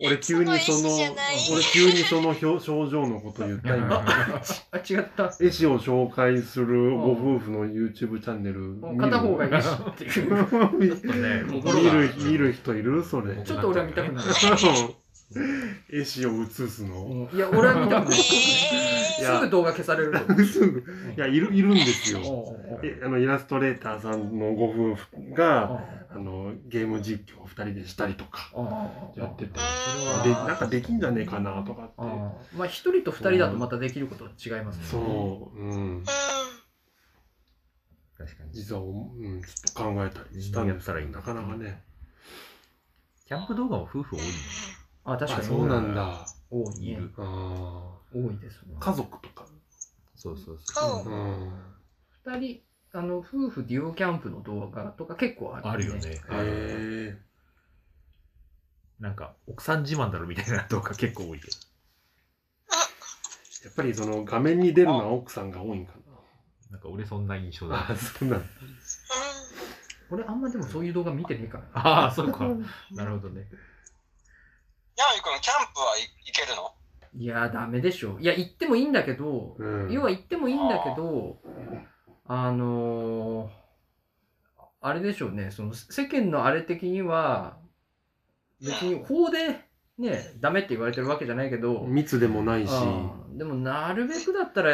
C: 俺急にそ
E: その
C: の
E: 絵師じゃない、
C: 俺急にその表症状のこと言った今。
B: あ、違った。
C: 絵師を紹介するご夫婦の YouTube チャンネル
B: も
C: 見
B: う
C: る。
B: 片方がいいしっていう。
A: ね
C: 見る見る人いるそれ。
B: ちょっと俺は見たくない。
C: 絵師を映す (laughs) の。
B: いや、俺は見たくない。す
E: え
C: いや
B: ぐ動画消される。
C: すぐいやいるいるんです
B: おうお
C: よ。
B: うおう
C: えあのイラストレーターさんのご夫婦があのゲーム実況を二人でしたりとか
B: おうおう
C: やってて、
E: ー
C: でなんかできんじゃねえかなとかって
B: おう。まあ、一人と二人だとまたできることは違いますね。
C: そう、うん、
A: 確かに。
C: 実は、うん、ちょっと考えたりしたん
A: や
C: で
A: っ
C: す
A: たらいいんだ
C: なかなかね。
A: キャンプ動画も夫婦多いね。
B: あ、確か
C: あ
B: に。
C: そうなんだ。
B: 多い
A: い
B: ね。
A: る。
C: あ
B: 多いですね
C: ー。家族とか。
A: そうそうそう。
E: そうう。
C: ん。
B: 二人、あの、夫婦デュオキャンプの動画とか結構ある。
A: あるよ。ね。
C: へえ。
A: なんか、奥さん自慢だろみたいな動画結構多いけど。
C: やっぱりその画面に出るのは奥さんが多いんか
A: なんか俺そんな印象
B: (laughs)
C: な。
A: だ。
C: あ、そうなんだ。
B: 俺あんまでもそういう動画見てねえからな。
A: ああ、そうか。なるほどね。
D: ヤマミ君、キャンプはい行けるの
B: いいやー、ダメでしょ。いや、行ってもいいんだけど、
C: うん
B: 要は行ってもいいんだけど、あのーあれでしょうね、その世間のあれ的には、別に法でね、ダメって言われてるわけじゃないけど、
C: 密でもないし、
B: あーでもなるべくだったら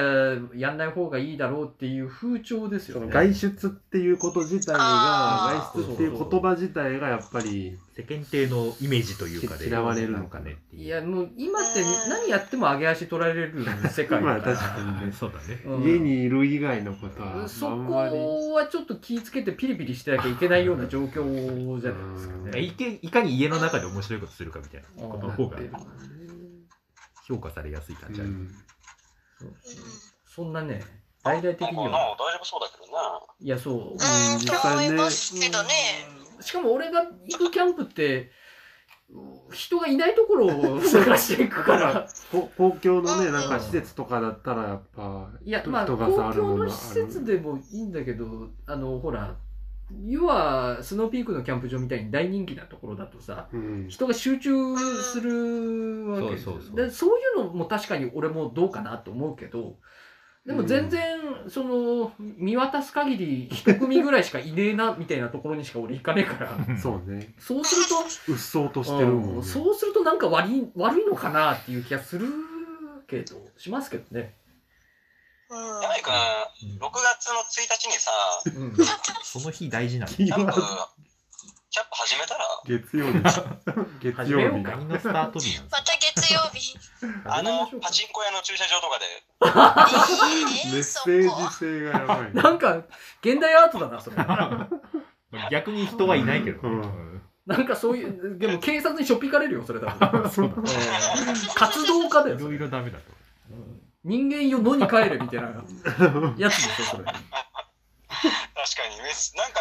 B: やんない方がいいだろうっていう風潮です
C: そ
B: よ
C: の
B: ね。
C: 外出っていうこと自体が
E: あ、
B: ー
C: 外出っていう言葉自体がやっぱり、
A: 世間体のイメージというかで
C: 嫌われるの
A: かねって
B: いうや、もう今って何やっても上げ足取られる世界だか
C: (laughs) まあ確
B: ら
C: か。にね
A: そうだね
B: うん
C: 家にいる以外のことは、
B: そ
C: あんまり。
B: こはちょっと気ぃつけてピリピリしてなきゃいけないような状況じゃないですか
C: うん
A: い
B: ね。
A: けいかに家の中で面白いことするかみたいな
B: うん
A: ことの方が
B: なってる
A: 評価されやすい感じある、
C: うん
B: そう
E: うん
B: そんなね、大々的に
D: なんか
B: は。
D: な大丈夫そうだけどな。
B: いや、そう。
E: うん、
C: 実
E: と
C: 際
E: 思
C: ね
E: いますけどね。
B: しかも俺が行くキャンプって、人がいないところを (laughs) 探していくから。
C: こ公共のね、なんか施設とかだったらやっぱ、
B: いや、まあ、
C: 人
B: 公
C: がさあるも
B: 共
C: の
B: の施設でもいいんだけど、あの、ほら、要は、スノーピークのキャンプ場みたいに大人気なところだとさ、
C: うん、
B: 人が集中するわけです
A: そうそ
B: よ
A: うそう
B: でそういうのも確かに俺もどうかなと思うけどでも全然その見渡す限り一組ぐらいしかいねえなみたいなところにしか俺行かねえ
C: (laughs)
B: から
C: そうね、
B: そうする
C: うっそうと
B: と
C: してるもん、
B: う
C: ね。
B: んそうするとなんか悪い悪いのかなっていう気がするけどしますけどね、
E: うん
D: 山井くん、
A: うん
D: 6月の1日にさ、
B: うん、
A: その日大事なの
C: キ
D: キ
C: ー
D: ャン
C: ワ
D: プ、キ
C: ー
D: ャンプ始めたら、
C: ド月曜日。月曜日。
A: 何のスタート日なんです
E: ま
A: か
E: た月曜日。
D: あの、パ
B: 始
D: チンコ屋の駐車場とかで、
E: いい
C: (laughs) メ
E: ね
C: ッ
E: そ
C: セ
E: こ
C: ージ性がやばい。
B: めようかなんか現代アートだなそれ
A: (laughs) 逆に人はいないけど、
C: うん
A: うん
B: なんかそういうでも警察にしょっぴかれるよそれだと
C: (laughs) そうだ
B: うん活動家だよ
A: いろいろダメだと
B: 人間よ野に帰れみたいなやつでしょそれ。
D: 確かにメス、なんか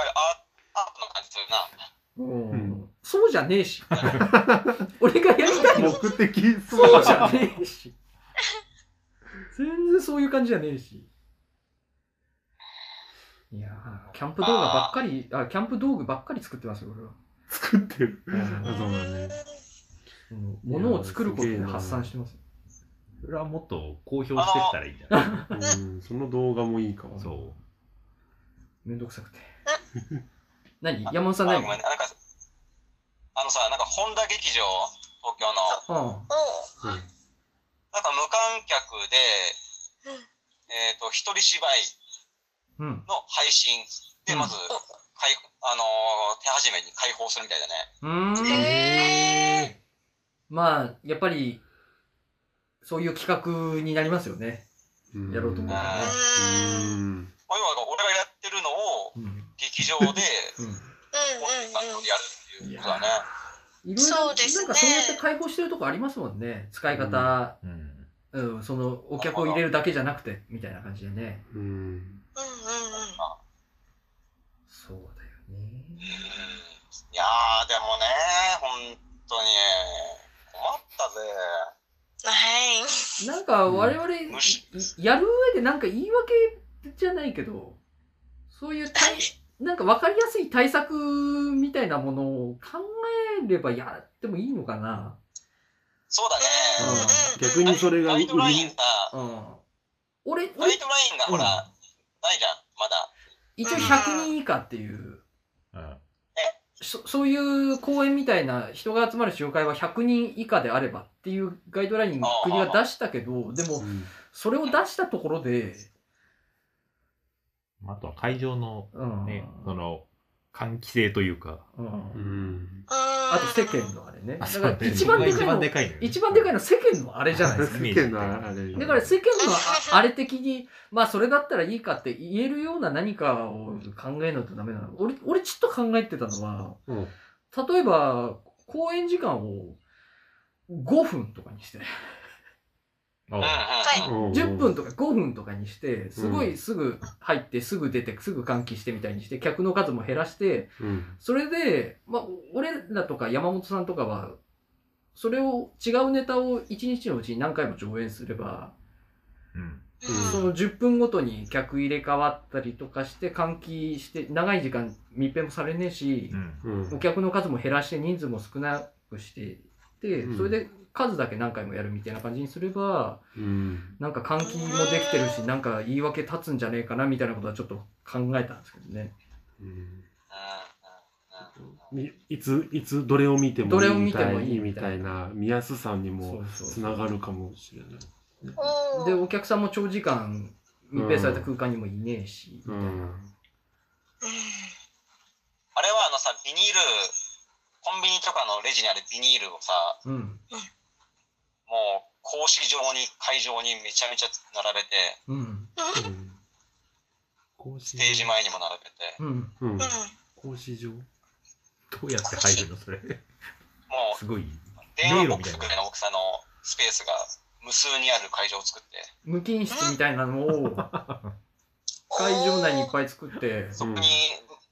D: アーアート
B: う
D: の感じするな。
B: ん、そうじゃねえ (laughs) し俺がやりたいの
C: (laughs) 目的
B: そ
C: そう
B: じゃねえし全然そういう感じじゃねえしいやーキャンプ動画ばっかりあキャンプ道具ばっかり作ってますよ俺は、
C: 作ってる。
B: う
C: あそうだね。
B: ん、物を作ることで発散してます
A: それはもっと公表してったらいいんじゃない
C: うん、その動画もいいかも。
A: そ
B: めんどくさくて何山本さん何
D: あごめんねなんか、あのさ、なんか本田劇場、東京の、
B: ああ
C: うん。
E: う
D: なんか無観
E: う
D: 客で、
E: ん
D: えっ、と、一人芝居
B: うん
D: の配信で、
B: うん
D: まず、かいあのー手始めに開放するみたいだね。
B: うーん
E: ん。へ
B: まあやっぱりそういう企画になりますよね
C: うん
B: やろうと思うからね、
C: う
E: ー。うん。うん。うん。
C: ん。
D: まあ要は、俺がやってるのを、
B: うん
D: 劇場で、本人さんとやるっていうことだね。
B: いろいろ
E: そうですね
B: なんかそうやって解放してるとこありますもんね。使い方、
A: う、うん、
B: うん、そのお客を入れるだけじゃなくて、みたいな感じでね。
C: うん。
E: うん。
B: そうだよね。
D: いやー、でもね、本当に、困ったぜ。
E: はい。
B: なんか我々、
D: ん
B: いやる上でなんか言い訳じゃないけど、そういう対、なんか分かりやすい対策みたいなものを考えればやってもいいのかな。
D: そうだね。
C: 逆にそれが
D: ガ
C: 売り
D: イドラインさ、
B: うん。俺、
D: ガイ
B: 俺
D: ドラインがほら、
B: うん
D: ないじゃん、まだ。
B: 一応100人以下っていう。
A: うん
B: そそういう公園みたいな人が集まる集会は100人以下であればっていうガイドラインを国が出したけど、でも
C: うん
B: それを出したところで、
A: あとは会場の
B: うん
A: ね、その換気性というか
B: うん
C: うん。
B: あ
E: あ
B: と世間のあれね。だ
A: あ
B: から一
A: そ
B: 番
A: うね
B: で
A: 一
B: かいの
A: 番、でかいのよね
B: 一番でかいのは世間のあれじゃないですか。
A: イメー
C: 世
A: ジ
C: 間のあれ
B: だから世間のああれ的に、まあそれだったらいいかって言えるような何かを考えないとダメなの。俺、俺ちょっと考えてたのは、
C: うん
B: 例えば公演時間を5分とかにして、
A: あ
D: うんうん。
E: はい
B: 10分とか5分とかにして、すごいすぐ入って、すぐ出て、すぐ換気してみたいにして、客の数も減らして、
C: うん。
B: それで、まあ、俺らとか山本さんとかは、それを、違うネタを1日のうちに何回も上演すれば、
A: うん
E: うん
B: その10分ごとに客入れ替わったりとかして、換気して、長い時間密閉もされねえし
A: う、ん
C: うん。
B: お客の数も減らして人数も少なくして、で
C: うん
B: それで数だけ何回もやるみたいな感じにすれば、
C: うん。
B: なんか換気もできてるし、なんか言い訳立つんじゃねえかなみたいなことはちょっと考えたんですけどね。
C: うん
D: うんうんうん
C: みいつ、いつ、どれを見ても
B: どれを
C: いい
B: 見
C: み
B: て
C: た
B: も
C: い
B: いい
C: みたいな、見やすさにも
B: そう
C: つ
B: そう
C: ながるかもしれない。
E: お
B: で、
E: ー
B: お客さんも長時間密閉された空間にもいねえし、
C: う
B: みたい
C: ん
B: な。
D: あれはあのさ、ビニール、コンビニとかのレジにあるビニールをさ、
B: うん。
D: もう格子状に会場にめちゃめちゃ並べて、
B: うん。
C: うん格子
D: ステージ前にも並べて、
B: うん。
C: うん
E: うん。
C: 格子状 (laughs)
A: どうやって入るのそれ。
D: もう
A: すごい。
D: 電話ボックスぐらいの大きさのスペースが無数にある会場を作って、
B: 無菌室みたいなのを会場内にいっぱい作って、
D: そこに、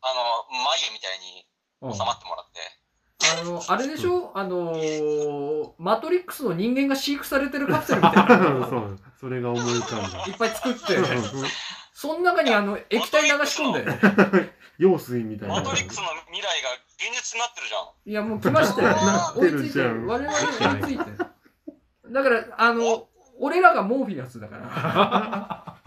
D: あの、眉みたいに
B: うん
D: 収まってもらって、
B: あの、あれでしょあのーマトリックスの人間が飼育されてるカプセルみたいなの
C: (laughs) そ
B: を
C: う、それが思い浮かんだ (laughs)
B: いっぱい作って、
C: うん。
B: その中にあの、液体流し込んで、
C: 用水みたいな。
D: マトリックスの未来が現実になってるじゃん。
B: いやもう来ましたよ。
E: な
C: って
B: 追い
C: る
B: ついて
C: じゃん
B: る。我々が追いついてる。だから、あの、俺らがモーフィアスだから。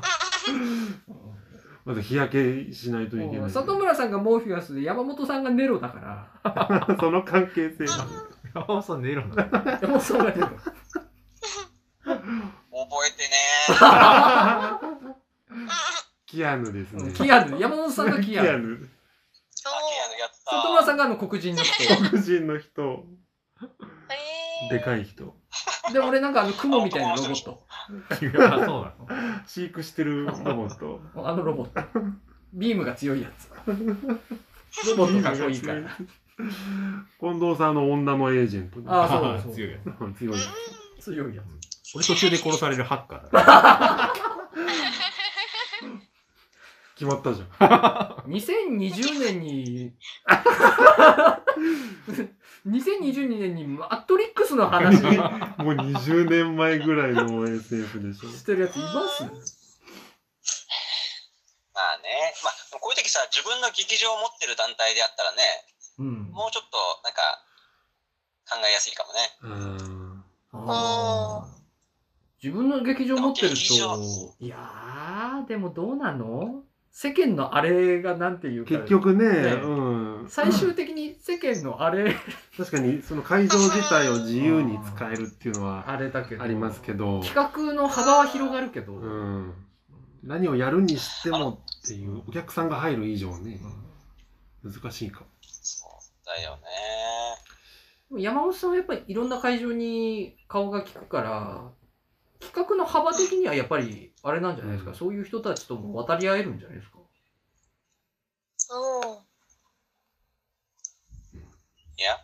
C: まず日焼けしないといけない。そ
B: 里
C: (laughs) の
B: 村さんがモーフィアスで山本さんがネロだ
C: (laughs)
B: か
C: 関係性が。
A: 山本さん、ネロなの
B: ら。山本さんがネロ。
D: 覚えてねー。
C: キアヌですね。
B: キアヌ、山本さんがキアヌ。
C: ヌ。
D: 秋やのやった。
B: 里村さんがあの黒人の
C: (laughs)
B: 人。
C: 黒人の人。
E: へー
C: でかい人。
B: で、俺なんかあの雲みたいなロボット。
A: 君はそうなの
C: 飼育してるロボット。
B: あのロボッ
C: (laughs)
B: ト。ビームが強いやつ。ロボットかっこいいから。
C: (laughs) 近藤さんの女のエージェントね。
B: あそうそう
A: 強いやつ。
C: (laughs) 強い。
B: 強いや
A: 俺途中で殺されるハッカーだ。
C: 決まったじゃん。
B: つ。2020年に、2022年にマトリックスの話し
C: (laughs) もう20年前ぐらいの SF でしょ。
B: てるやついます
D: まあね、まあ、こういう時さ、自分の劇場を持ってる団体であったらね、
B: うん。
D: もうちょっと、なんか、考えやすいかもね。
C: うん。
B: あー自分の劇場持ってる
D: 劇場
B: と、いやー、でもどうなの世間のあれがなんていうか、
C: 結局ね、
B: ね
C: うん。
B: 最終的に世間のあれ、
C: 確かにその会場自体を自由に使えるっていうのは
B: あれだけど、
C: ありますけど、
B: 企画の幅は広がるけど、
C: うん、何をやるにしてもっていうお客さんが入る以上ね、難しいかも。
B: (laughs)
D: そうだよね。
B: 山本さんはやっぱりいろんな会場に顔が利くから、企画の幅的にはやっぱりあれなんじゃないですか、
C: うん
B: そういう人たちとも渡り合えるんじゃないですか。
E: おー
D: いや、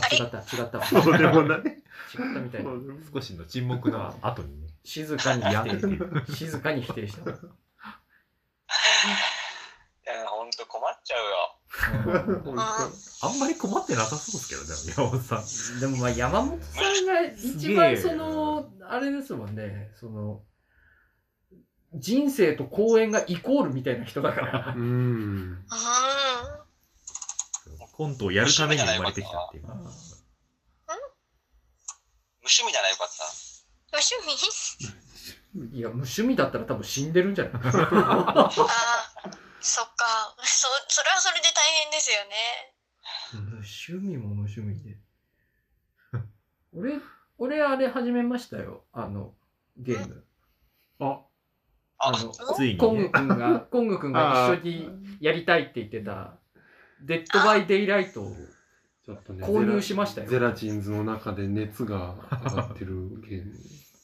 B: あ、違った、違ったわ、
C: そうでも
B: (laughs)
C: ない。
B: 違ったみたいな。
A: 少しの沈黙の後にね。
B: 静かに
A: や
B: 否
A: って
B: 定、
A: る。
B: 静かに否定した。
D: いやほんと困っちゃうよ。
B: うん
A: あんまり困ってなさそうですけどね、山本さん。
B: でもまあ山本さんが一
A: すげ
B: 番
A: え
B: その、あれですもんね、その、人生と公演がイコールみたいな人だから。
C: うん。
E: うん
A: コントをやるために生まれてきたっていう。
D: 無趣味ならよかった。
E: 無趣味
B: いや、無趣味だったら多分死んでるんじゃない
E: あーそっかそそれはそれで大変ですよね
B: 無趣味も無趣味で。 (laughs) 俺、俺あれ始めましたよ。あの、ゲーム。
C: あ、
B: あ
D: あ
B: の、
A: つい
B: コ
A: にね。
B: ング君 (laughs) が、コング君が一緒にやりたいって言ってた、デッドバイデイライトを
C: ちょっとね。
B: 購入
C: ゼ
B: しました
C: ラ
B: よ。
C: ゼラチンズの中で熱が上がってるゲ
B: (laughs)
C: ーム。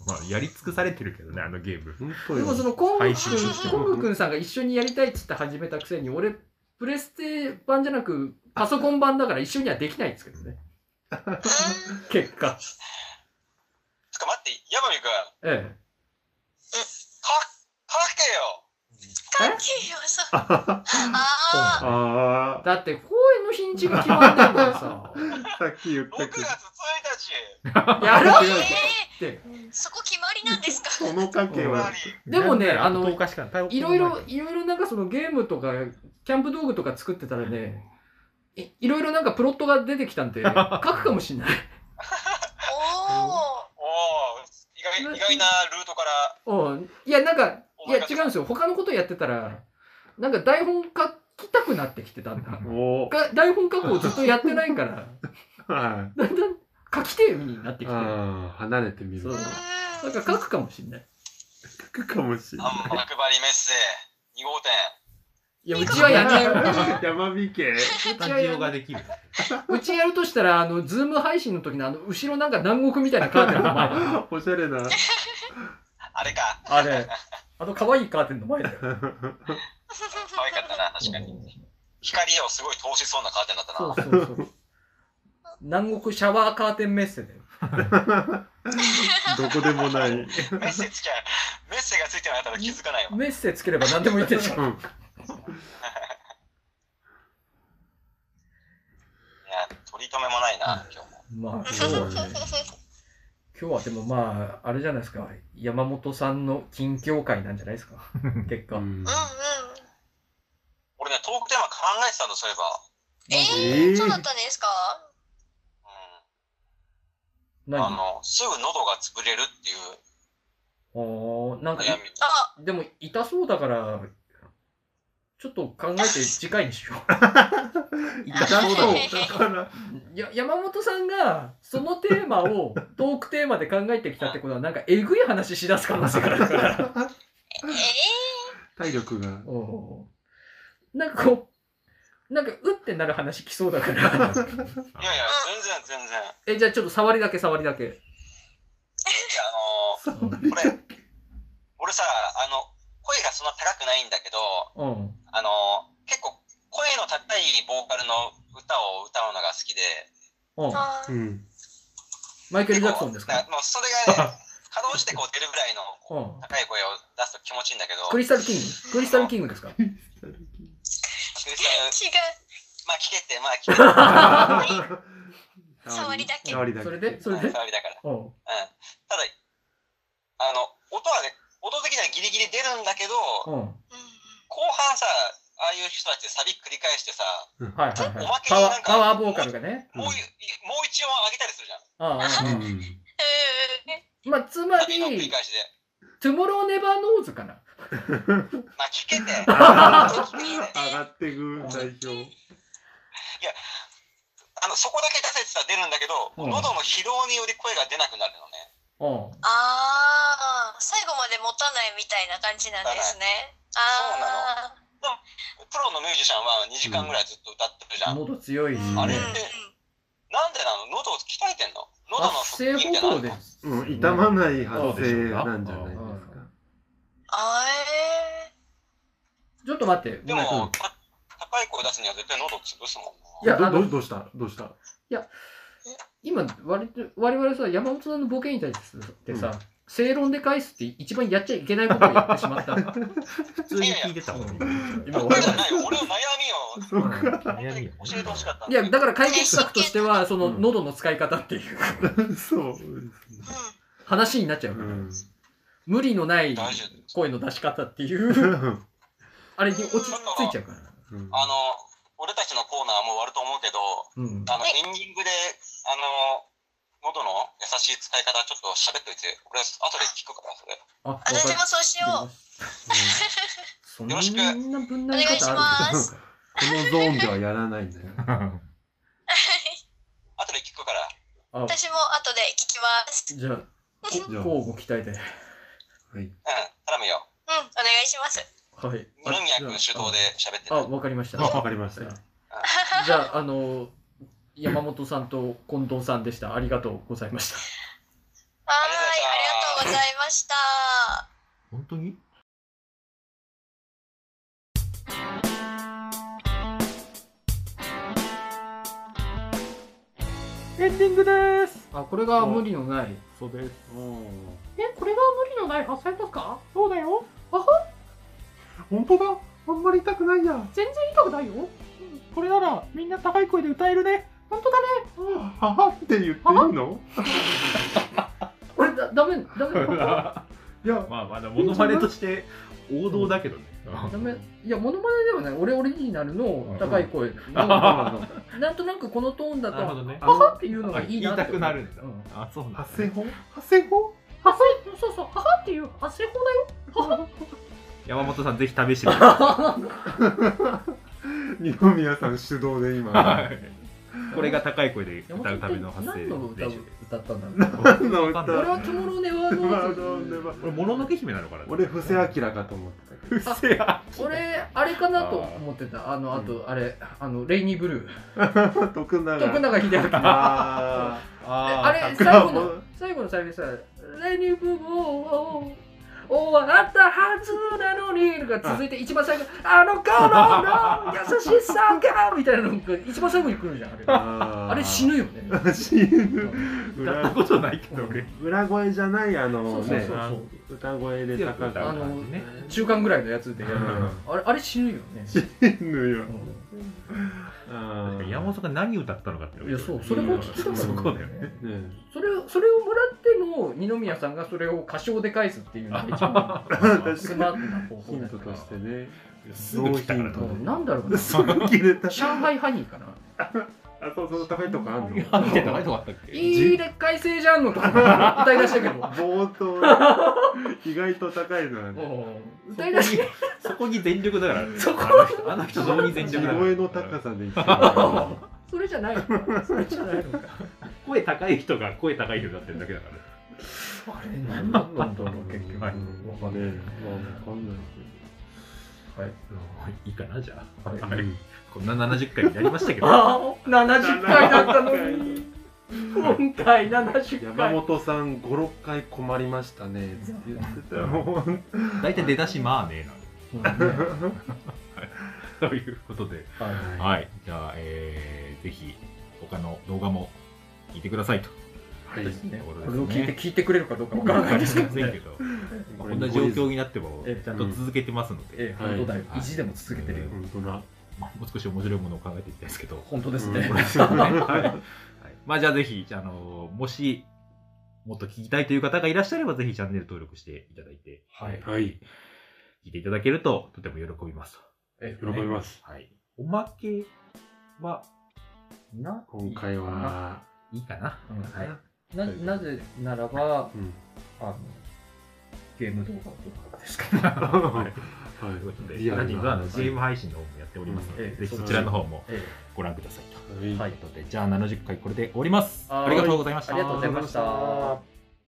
A: まあ、やり尽くされてるけどね、あのゲーム。
C: 本当
B: でもそ
C: よ。
B: のコング
A: 配信
B: 君、コング君さんが一緒にやりたいって言って始めたくせに、俺、プレステ版じゃなく、パソコン版だから一緒にはできないんですけど (laughs) ね。
E: うん
B: 結果。
D: つか待って、ヤマミく
B: え
D: ん、
B: え。
D: か、かけ
E: か
D: よ。
E: っけえよそうあー
C: あ
B: だって、公演の日にちが決まんないんだからさ。 (laughs)
C: あ、さっき言っ
D: 6
C: たけど、
D: 月1日。
B: やろうよ
E: え
B: って。
E: ー、そこ決まりなん
B: (laughs)
E: ですか
C: その賭け
D: つ
C: は
D: ま。り
B: でもね、あの、
A: 10日しかない
B: ろいろ、いろいろなんかそのゲームとか、キャンプ道具とか作ってたらね、 (laughs) いいろいろなんかプロットが出てきたんで、書くかもしんない。
E: お
D: 意外意外なルートから
B: (laughs) うん。いや、なんか、いや、違うんですよ。他のことやってたら、なんか台本書きたくなってきてたんだ。
C: おお。
B: が台本書くをずっとやってないから、 (laughs) だ
C: は
B: んだん書き手になっ
C: い。
B: てきてる。だ
C: ああ、離れてみる。
B: そう
C: 書
E: う
B: から
E: ん。
B: 書くかもしんない。
C: くかもしれ
D: ハ
C: な
D: ンマー配りメッセ2号店
B: いや、うちはやんないよ。
C: い。 (laughs) 山火 (laughs) 家。
B: うちは
A: 感
B: や
A: 情
B: んな (laughs)
A: が
B: い
A: できる。
B: うちやるとしたら、あの、ズーム配信の時のあの、後ろなんか南国みたいなカーテンの前だよ
C: おしゃれな。
D: あれか
B: (laughs) あれ、あの可愛いカーテンの前だよ。
D: 可愛かったな確かに光をすごい通しそうなカーテンだった
B: そ
D: な
B: うそうそう。南国シャワーカーテンメッセだよ。
C: (laughs) どこでもない。うん。
D: メッセつきゃメッセがついてなかったら気づかないわ
B: メッセつければ何でもいいで
C: (laughs)
B: しょ。
D: いや取り留めもないな今日も
B: まあ、
C: そ
B: 今日は
C: う
B: ね
C: だね
B: 今日はでもまあ、あれじゃないですか。山本さんの近況会なんじゃないです
C: (laughs)
B: か。結
C: う
B: 果。
C: ん
E: うんうん。
D: 俺ねトークテーマ考えてたんだそういえば
C: え
E: え
C: ー
E: ー、そうだったんですか
D: うんあ
B: 何
D: のすぐ喉が潰れるっていう
B: おーなんかい、
D: 悩み
E: あ、
B: でも痛そうだから、ちょっと考えて次回にしよ
C: 痛そうだもんだから。
B: う。い (laughs) や、山本さんが、そのテーマをトークテーマで考えてきたってことは、なんかえぐい話しだす可能性があるから。
E: えー、
C: 体力が。
B: おーなんかこう、なんかうってなる話来そうだ
D: (laughs)
B: から。
D: いやいや全然全然いや
B: え、じゃあちょっと触りだけ触りだけ。
D: あの
B: うん。
D: これ、俺さ、あの、声がそんな高くないんだけど、
B: うん
D: あの、結構声の高いボーカルの歌を歌うのが好きで、
B: うん。
E: あ (laughs) ー
C: うん。
B: マイケル・ジャクソンです
D: なん
B: か
D: もうそれ
B: (laughs)
D: がね、かろうじてこう出るぐらいの
B: うん。
D: 高い声を出すと気持ちいいんだけど、
B: クリスタル・キングクリスタル・キングですか
D: クリスタル
E: 違
D: まあ聞けって、まあ聞けって、
B: (laughs)
E: う。触りだけ。
C: 触りだけ。
B: それでそれで
D: 触りだから。
B: うん。うん
D: うん。ただ、あの、音はね、音的にはギリギリ出るんだけど、
B: は
E: うんうん
D: 後半さ、ああいう人たちサビ繰り返してさ、
B: いはいはい。
D: お
B: パ
D: ま
B: ワ
D: けになん
B: ー、
D: か
B: パワーボーカルがね。
D: もうい、もう一音上げたりするじゃん。
B: ああ、あ
C: うん。
B: あ
D: (laughs)
B: まあ、つま
D: サビの繰り
B: り、
D: 返しで。
B: トゥモロー・ネバー・ノーズかな。
D: まあ聞
B: (laughs)
D: けて。聞けて
C: 上がってく代表。
D: あのそこだけ出せてたら出るんだけど、
B: うん
D: 喉の疲労により声が出なくなるの
B: うん。
D: ね。
E: ああ、最後まで持たないみたいな感じなんですね。ああ、
D: プロのミュージシャンは2時間ぐらいずっと歌ってるじゃん。
B: 喉強い。
E: うん
D: あれ
E: うん
D: なんでなの喉を鍛えてんの喉の
B: 発声
D: 腹筋って
B: 方
D: な
B: 法
D: ん
B: で
D: の。
B: す。
C: うん、痛まない発生なんじゃないですか。
E: あえ
B: ちょっと待って。
D: で
B: ごめん
D: も、た高い声出すには絶対喉を潰すもん
B: いや
C: ど
B: あの
C: どどうしたどうした
B: 今、割と我々さ、山本さんのボケに対してさ、正論で返すって一番やっちゃいけないことをやってしま
D: (laughs)
B: った。
A: 普通に聞いてたもん。
B: 今俺
D: な。俺じゃないよ俺の悩みを
C: そうか。
D: 本
A: 悩
D: 当
A: み
D: に
A: や
D: 教えてほしかったん
B: い
D: だ
B: や、
D: けど。
B: だから解決策としては、その喉の使い方っていう
C: (laughs) そうです
E: ーうん
B: 話になっちゃう
C: ね。う
B: から。
C: ん。
B: 無理のない
D: 大丈夫。
B: 声の出し方って
D: (laughs)
B: いう、あれに落ち着いちゃうから。
C: うん
D: あの、俺たちのコーナーはもう終わると思うけど、
B: うん。
D: あの、
E: はい
D: エンディングで、あの、喉の優しい使い方ちょっと喋っといて、俺、後で聞くから、それ。
B: あ、わか
E: 私もそうしよう。
B: そんなぶん投げ方ある
E: (laughs)
B: す
C: このゾーンではやらないんだよ。
D: 後で聞くから。
B: あ、
E: 私も後で聞きます。
B: じゃあ、
C: じゃあ、
B: こうご期待で。
C: はい。
D: うん、頼むよ。
E: うん、お願いします。
B: はい。
D: 二宮君主導で喋って
B: あ、
D: た。うん。
B: わかりました。
C: わかりました。
B: じゃあ、あの、山本さんと近藤さんでした。ありがとうございました。
E: はーい、ありがとうございました。
A: 本当に
B: エンディングです。あ、これが無理のない。
C: そうです。
B: え、これが無理のない発散ですかそうだよ。あは
C: 本当だあんまり痛くないや。
B: 全然痛くないよ。これならみんな高い声で歌えるね。本当だね。
C: ははって言っていいの
B: これだ、だめ、だめ。
C: いや、
A: まあまだモノマネとして王道だけどね。
B: (laughs) ダメいやモノマネではない俺オリジナルの高い声の
C: あ
B: (laughs) なんとなくこのトーンだと
A: なるほど
B: 「
A: ね
B: はは」っていうのがいい
A: 言
B: なって
A: いたくなるんだ
B: うん
A: あ、そうなんだ
C: 発声法発声法
B: ははそうそう、母っていう発声法だよ。
A: 山本さん、ぜひ試してみてくだ
C: 二宮さん主導で
A: さ
C: 今
A: い。これが高い声で
B: 山
A: 歌うための
B: 本
A: 発
B: さんって
A: 声
B: 何の歌
A: 練
B: を
A: 習。
B: 歌ったんだろう。
C: 何の歌
A: わか
B: 俺
A: んない
B: はトゥモローネワー
C: (laughs) まあ
B: ド
C: どうで
B: ーズ。
C: も
A: 俺、もののけ姫なのかな
C: 俺
A: (laughs)
C: 布施明かと思ってたけ
A: 布施明。
B: 俺、あれかなと思ってた。あの、あと、あれ、あの、レイニーブルー。
C: ど徳永
B: 徳永英明の。
C: あ
B: あ
A: あ
B: れ
C: ー
B: 最後の最後の最後でさ「レニブを終わったはずなのに」とか続いて一番最後「あの頃の優しさが」みたいなのが一番最後に来るじゃんあれ
C: あ
B: あれ死ぬよね
C: ぬ死ぬ
A: ー歌った
C: 裏
A: ことないけど、俺。
C: 裏声じゃないあ
B: そ
C: の
B: うそう
C: ね
B: そう
A: あ
B: そ
A: の
B: う
C: 歌声で高
A: あ
C: が
A: のね。
B: 中間ぐらいのやつでやる
C: うん
B: あれあれ死ぬよね
C: 死ぬよ
B: う
A: 確か
C: あー
A: に山本さんが何歌ったのかっての
B: ん
A: が
B: いやそうそれも聞きたかった
A: そこだよね。
C: ね
B: それをそれをもらっての二宮さんがそれを歌唱で返すっていうのが一 (laughs) 番スマートな方
C: ヒ
B: 法
C: ン
B: だか
C: ト
B: ら
C: としてね
A: すぐ来たから
C: ノーヒント
A: ね。
B: うんなんだろうな
C: すぐ切れた
B: 上海ハニーかな
C: あそうそう高いとこあんの
A: あ見てたあれどうだったっけ
B: いいでっかいせいじゃんのとか歌い出したけど
C: 冒頭意外と高いのはね
B: うん
A: そこ
B: 歌い
A: に
B: 出し
A: そこに全力だからね。
B: そこ
A: あの人あの人情に全
C: 地
A: 力だから。
C: 声の高さでいってるからね
B: それじゃないのかそれじゃないのか
A: 声高い人が声高い人になってるだけだから。
B: あれ何だったんだろう結局
A: はい
C: うん
B: わかんない
C: ねまあわかんない
B: はい
A: いいかなじゃあ。
B: はい
A: はいこんな70回になりましたけど。
B: ああ70回だったのに今回
C: けど
B: 70
C: 山
B: 回
C: 本さん五六回困りましたねって言ってたよ
A: 大体出だしまあねえな。
B: うんね
A: ということで。
B: は
A: はい。じゃあ、えー、ぜひ他の動画も聞いてくださいと。
C: はい
B: いね
A: ということ
B: こ
A: です
B: れ
A: ね
B: を聞いて聞いてくれるかどうかわからないですけ
A: け
B: どね
A: ど。
C: こ
A: こ
C: れ
A: んな状況になっても
B: ええ
A: ちゃんと続けてますので、
B: ええ本当だよ
A: はい
B: 意地でも続けてるよ
A: うん
C: 本当だ
A: もう少し面白いものを考えていきたいですけど。
B: 本当です
C: うん
B: ね
A: これですよねはい (laughs) まあじゃあぜひ、あのもし、もっと聞きたいという方がいらっしゃれば、ぜひチャンネル登録していただいて、
B: はい
C: はい
A: 聞いていただけると、とても喜びます
B: え
C: 喜びます
A: と。はい。おまけは、な、
C: 今回はい
A: いかな。
B: うん
A: はい。
B: ななぜならば
C: うん
B: あのゲーム動画とかですか
C: (laughs)
A: はい
C: は
A: ということで、
C: リアルな
A: ラジオはあのゲーム配信の方もやっておりますので、
B: うんええ
A: ぜひそちらの方も
B: ええ (laughs)
A: ご覧くださいと。
C: い
A: ということで、じゃあ70回これで終わります。
B: はい
A: ありがとうございました。
B: ありがとうございました。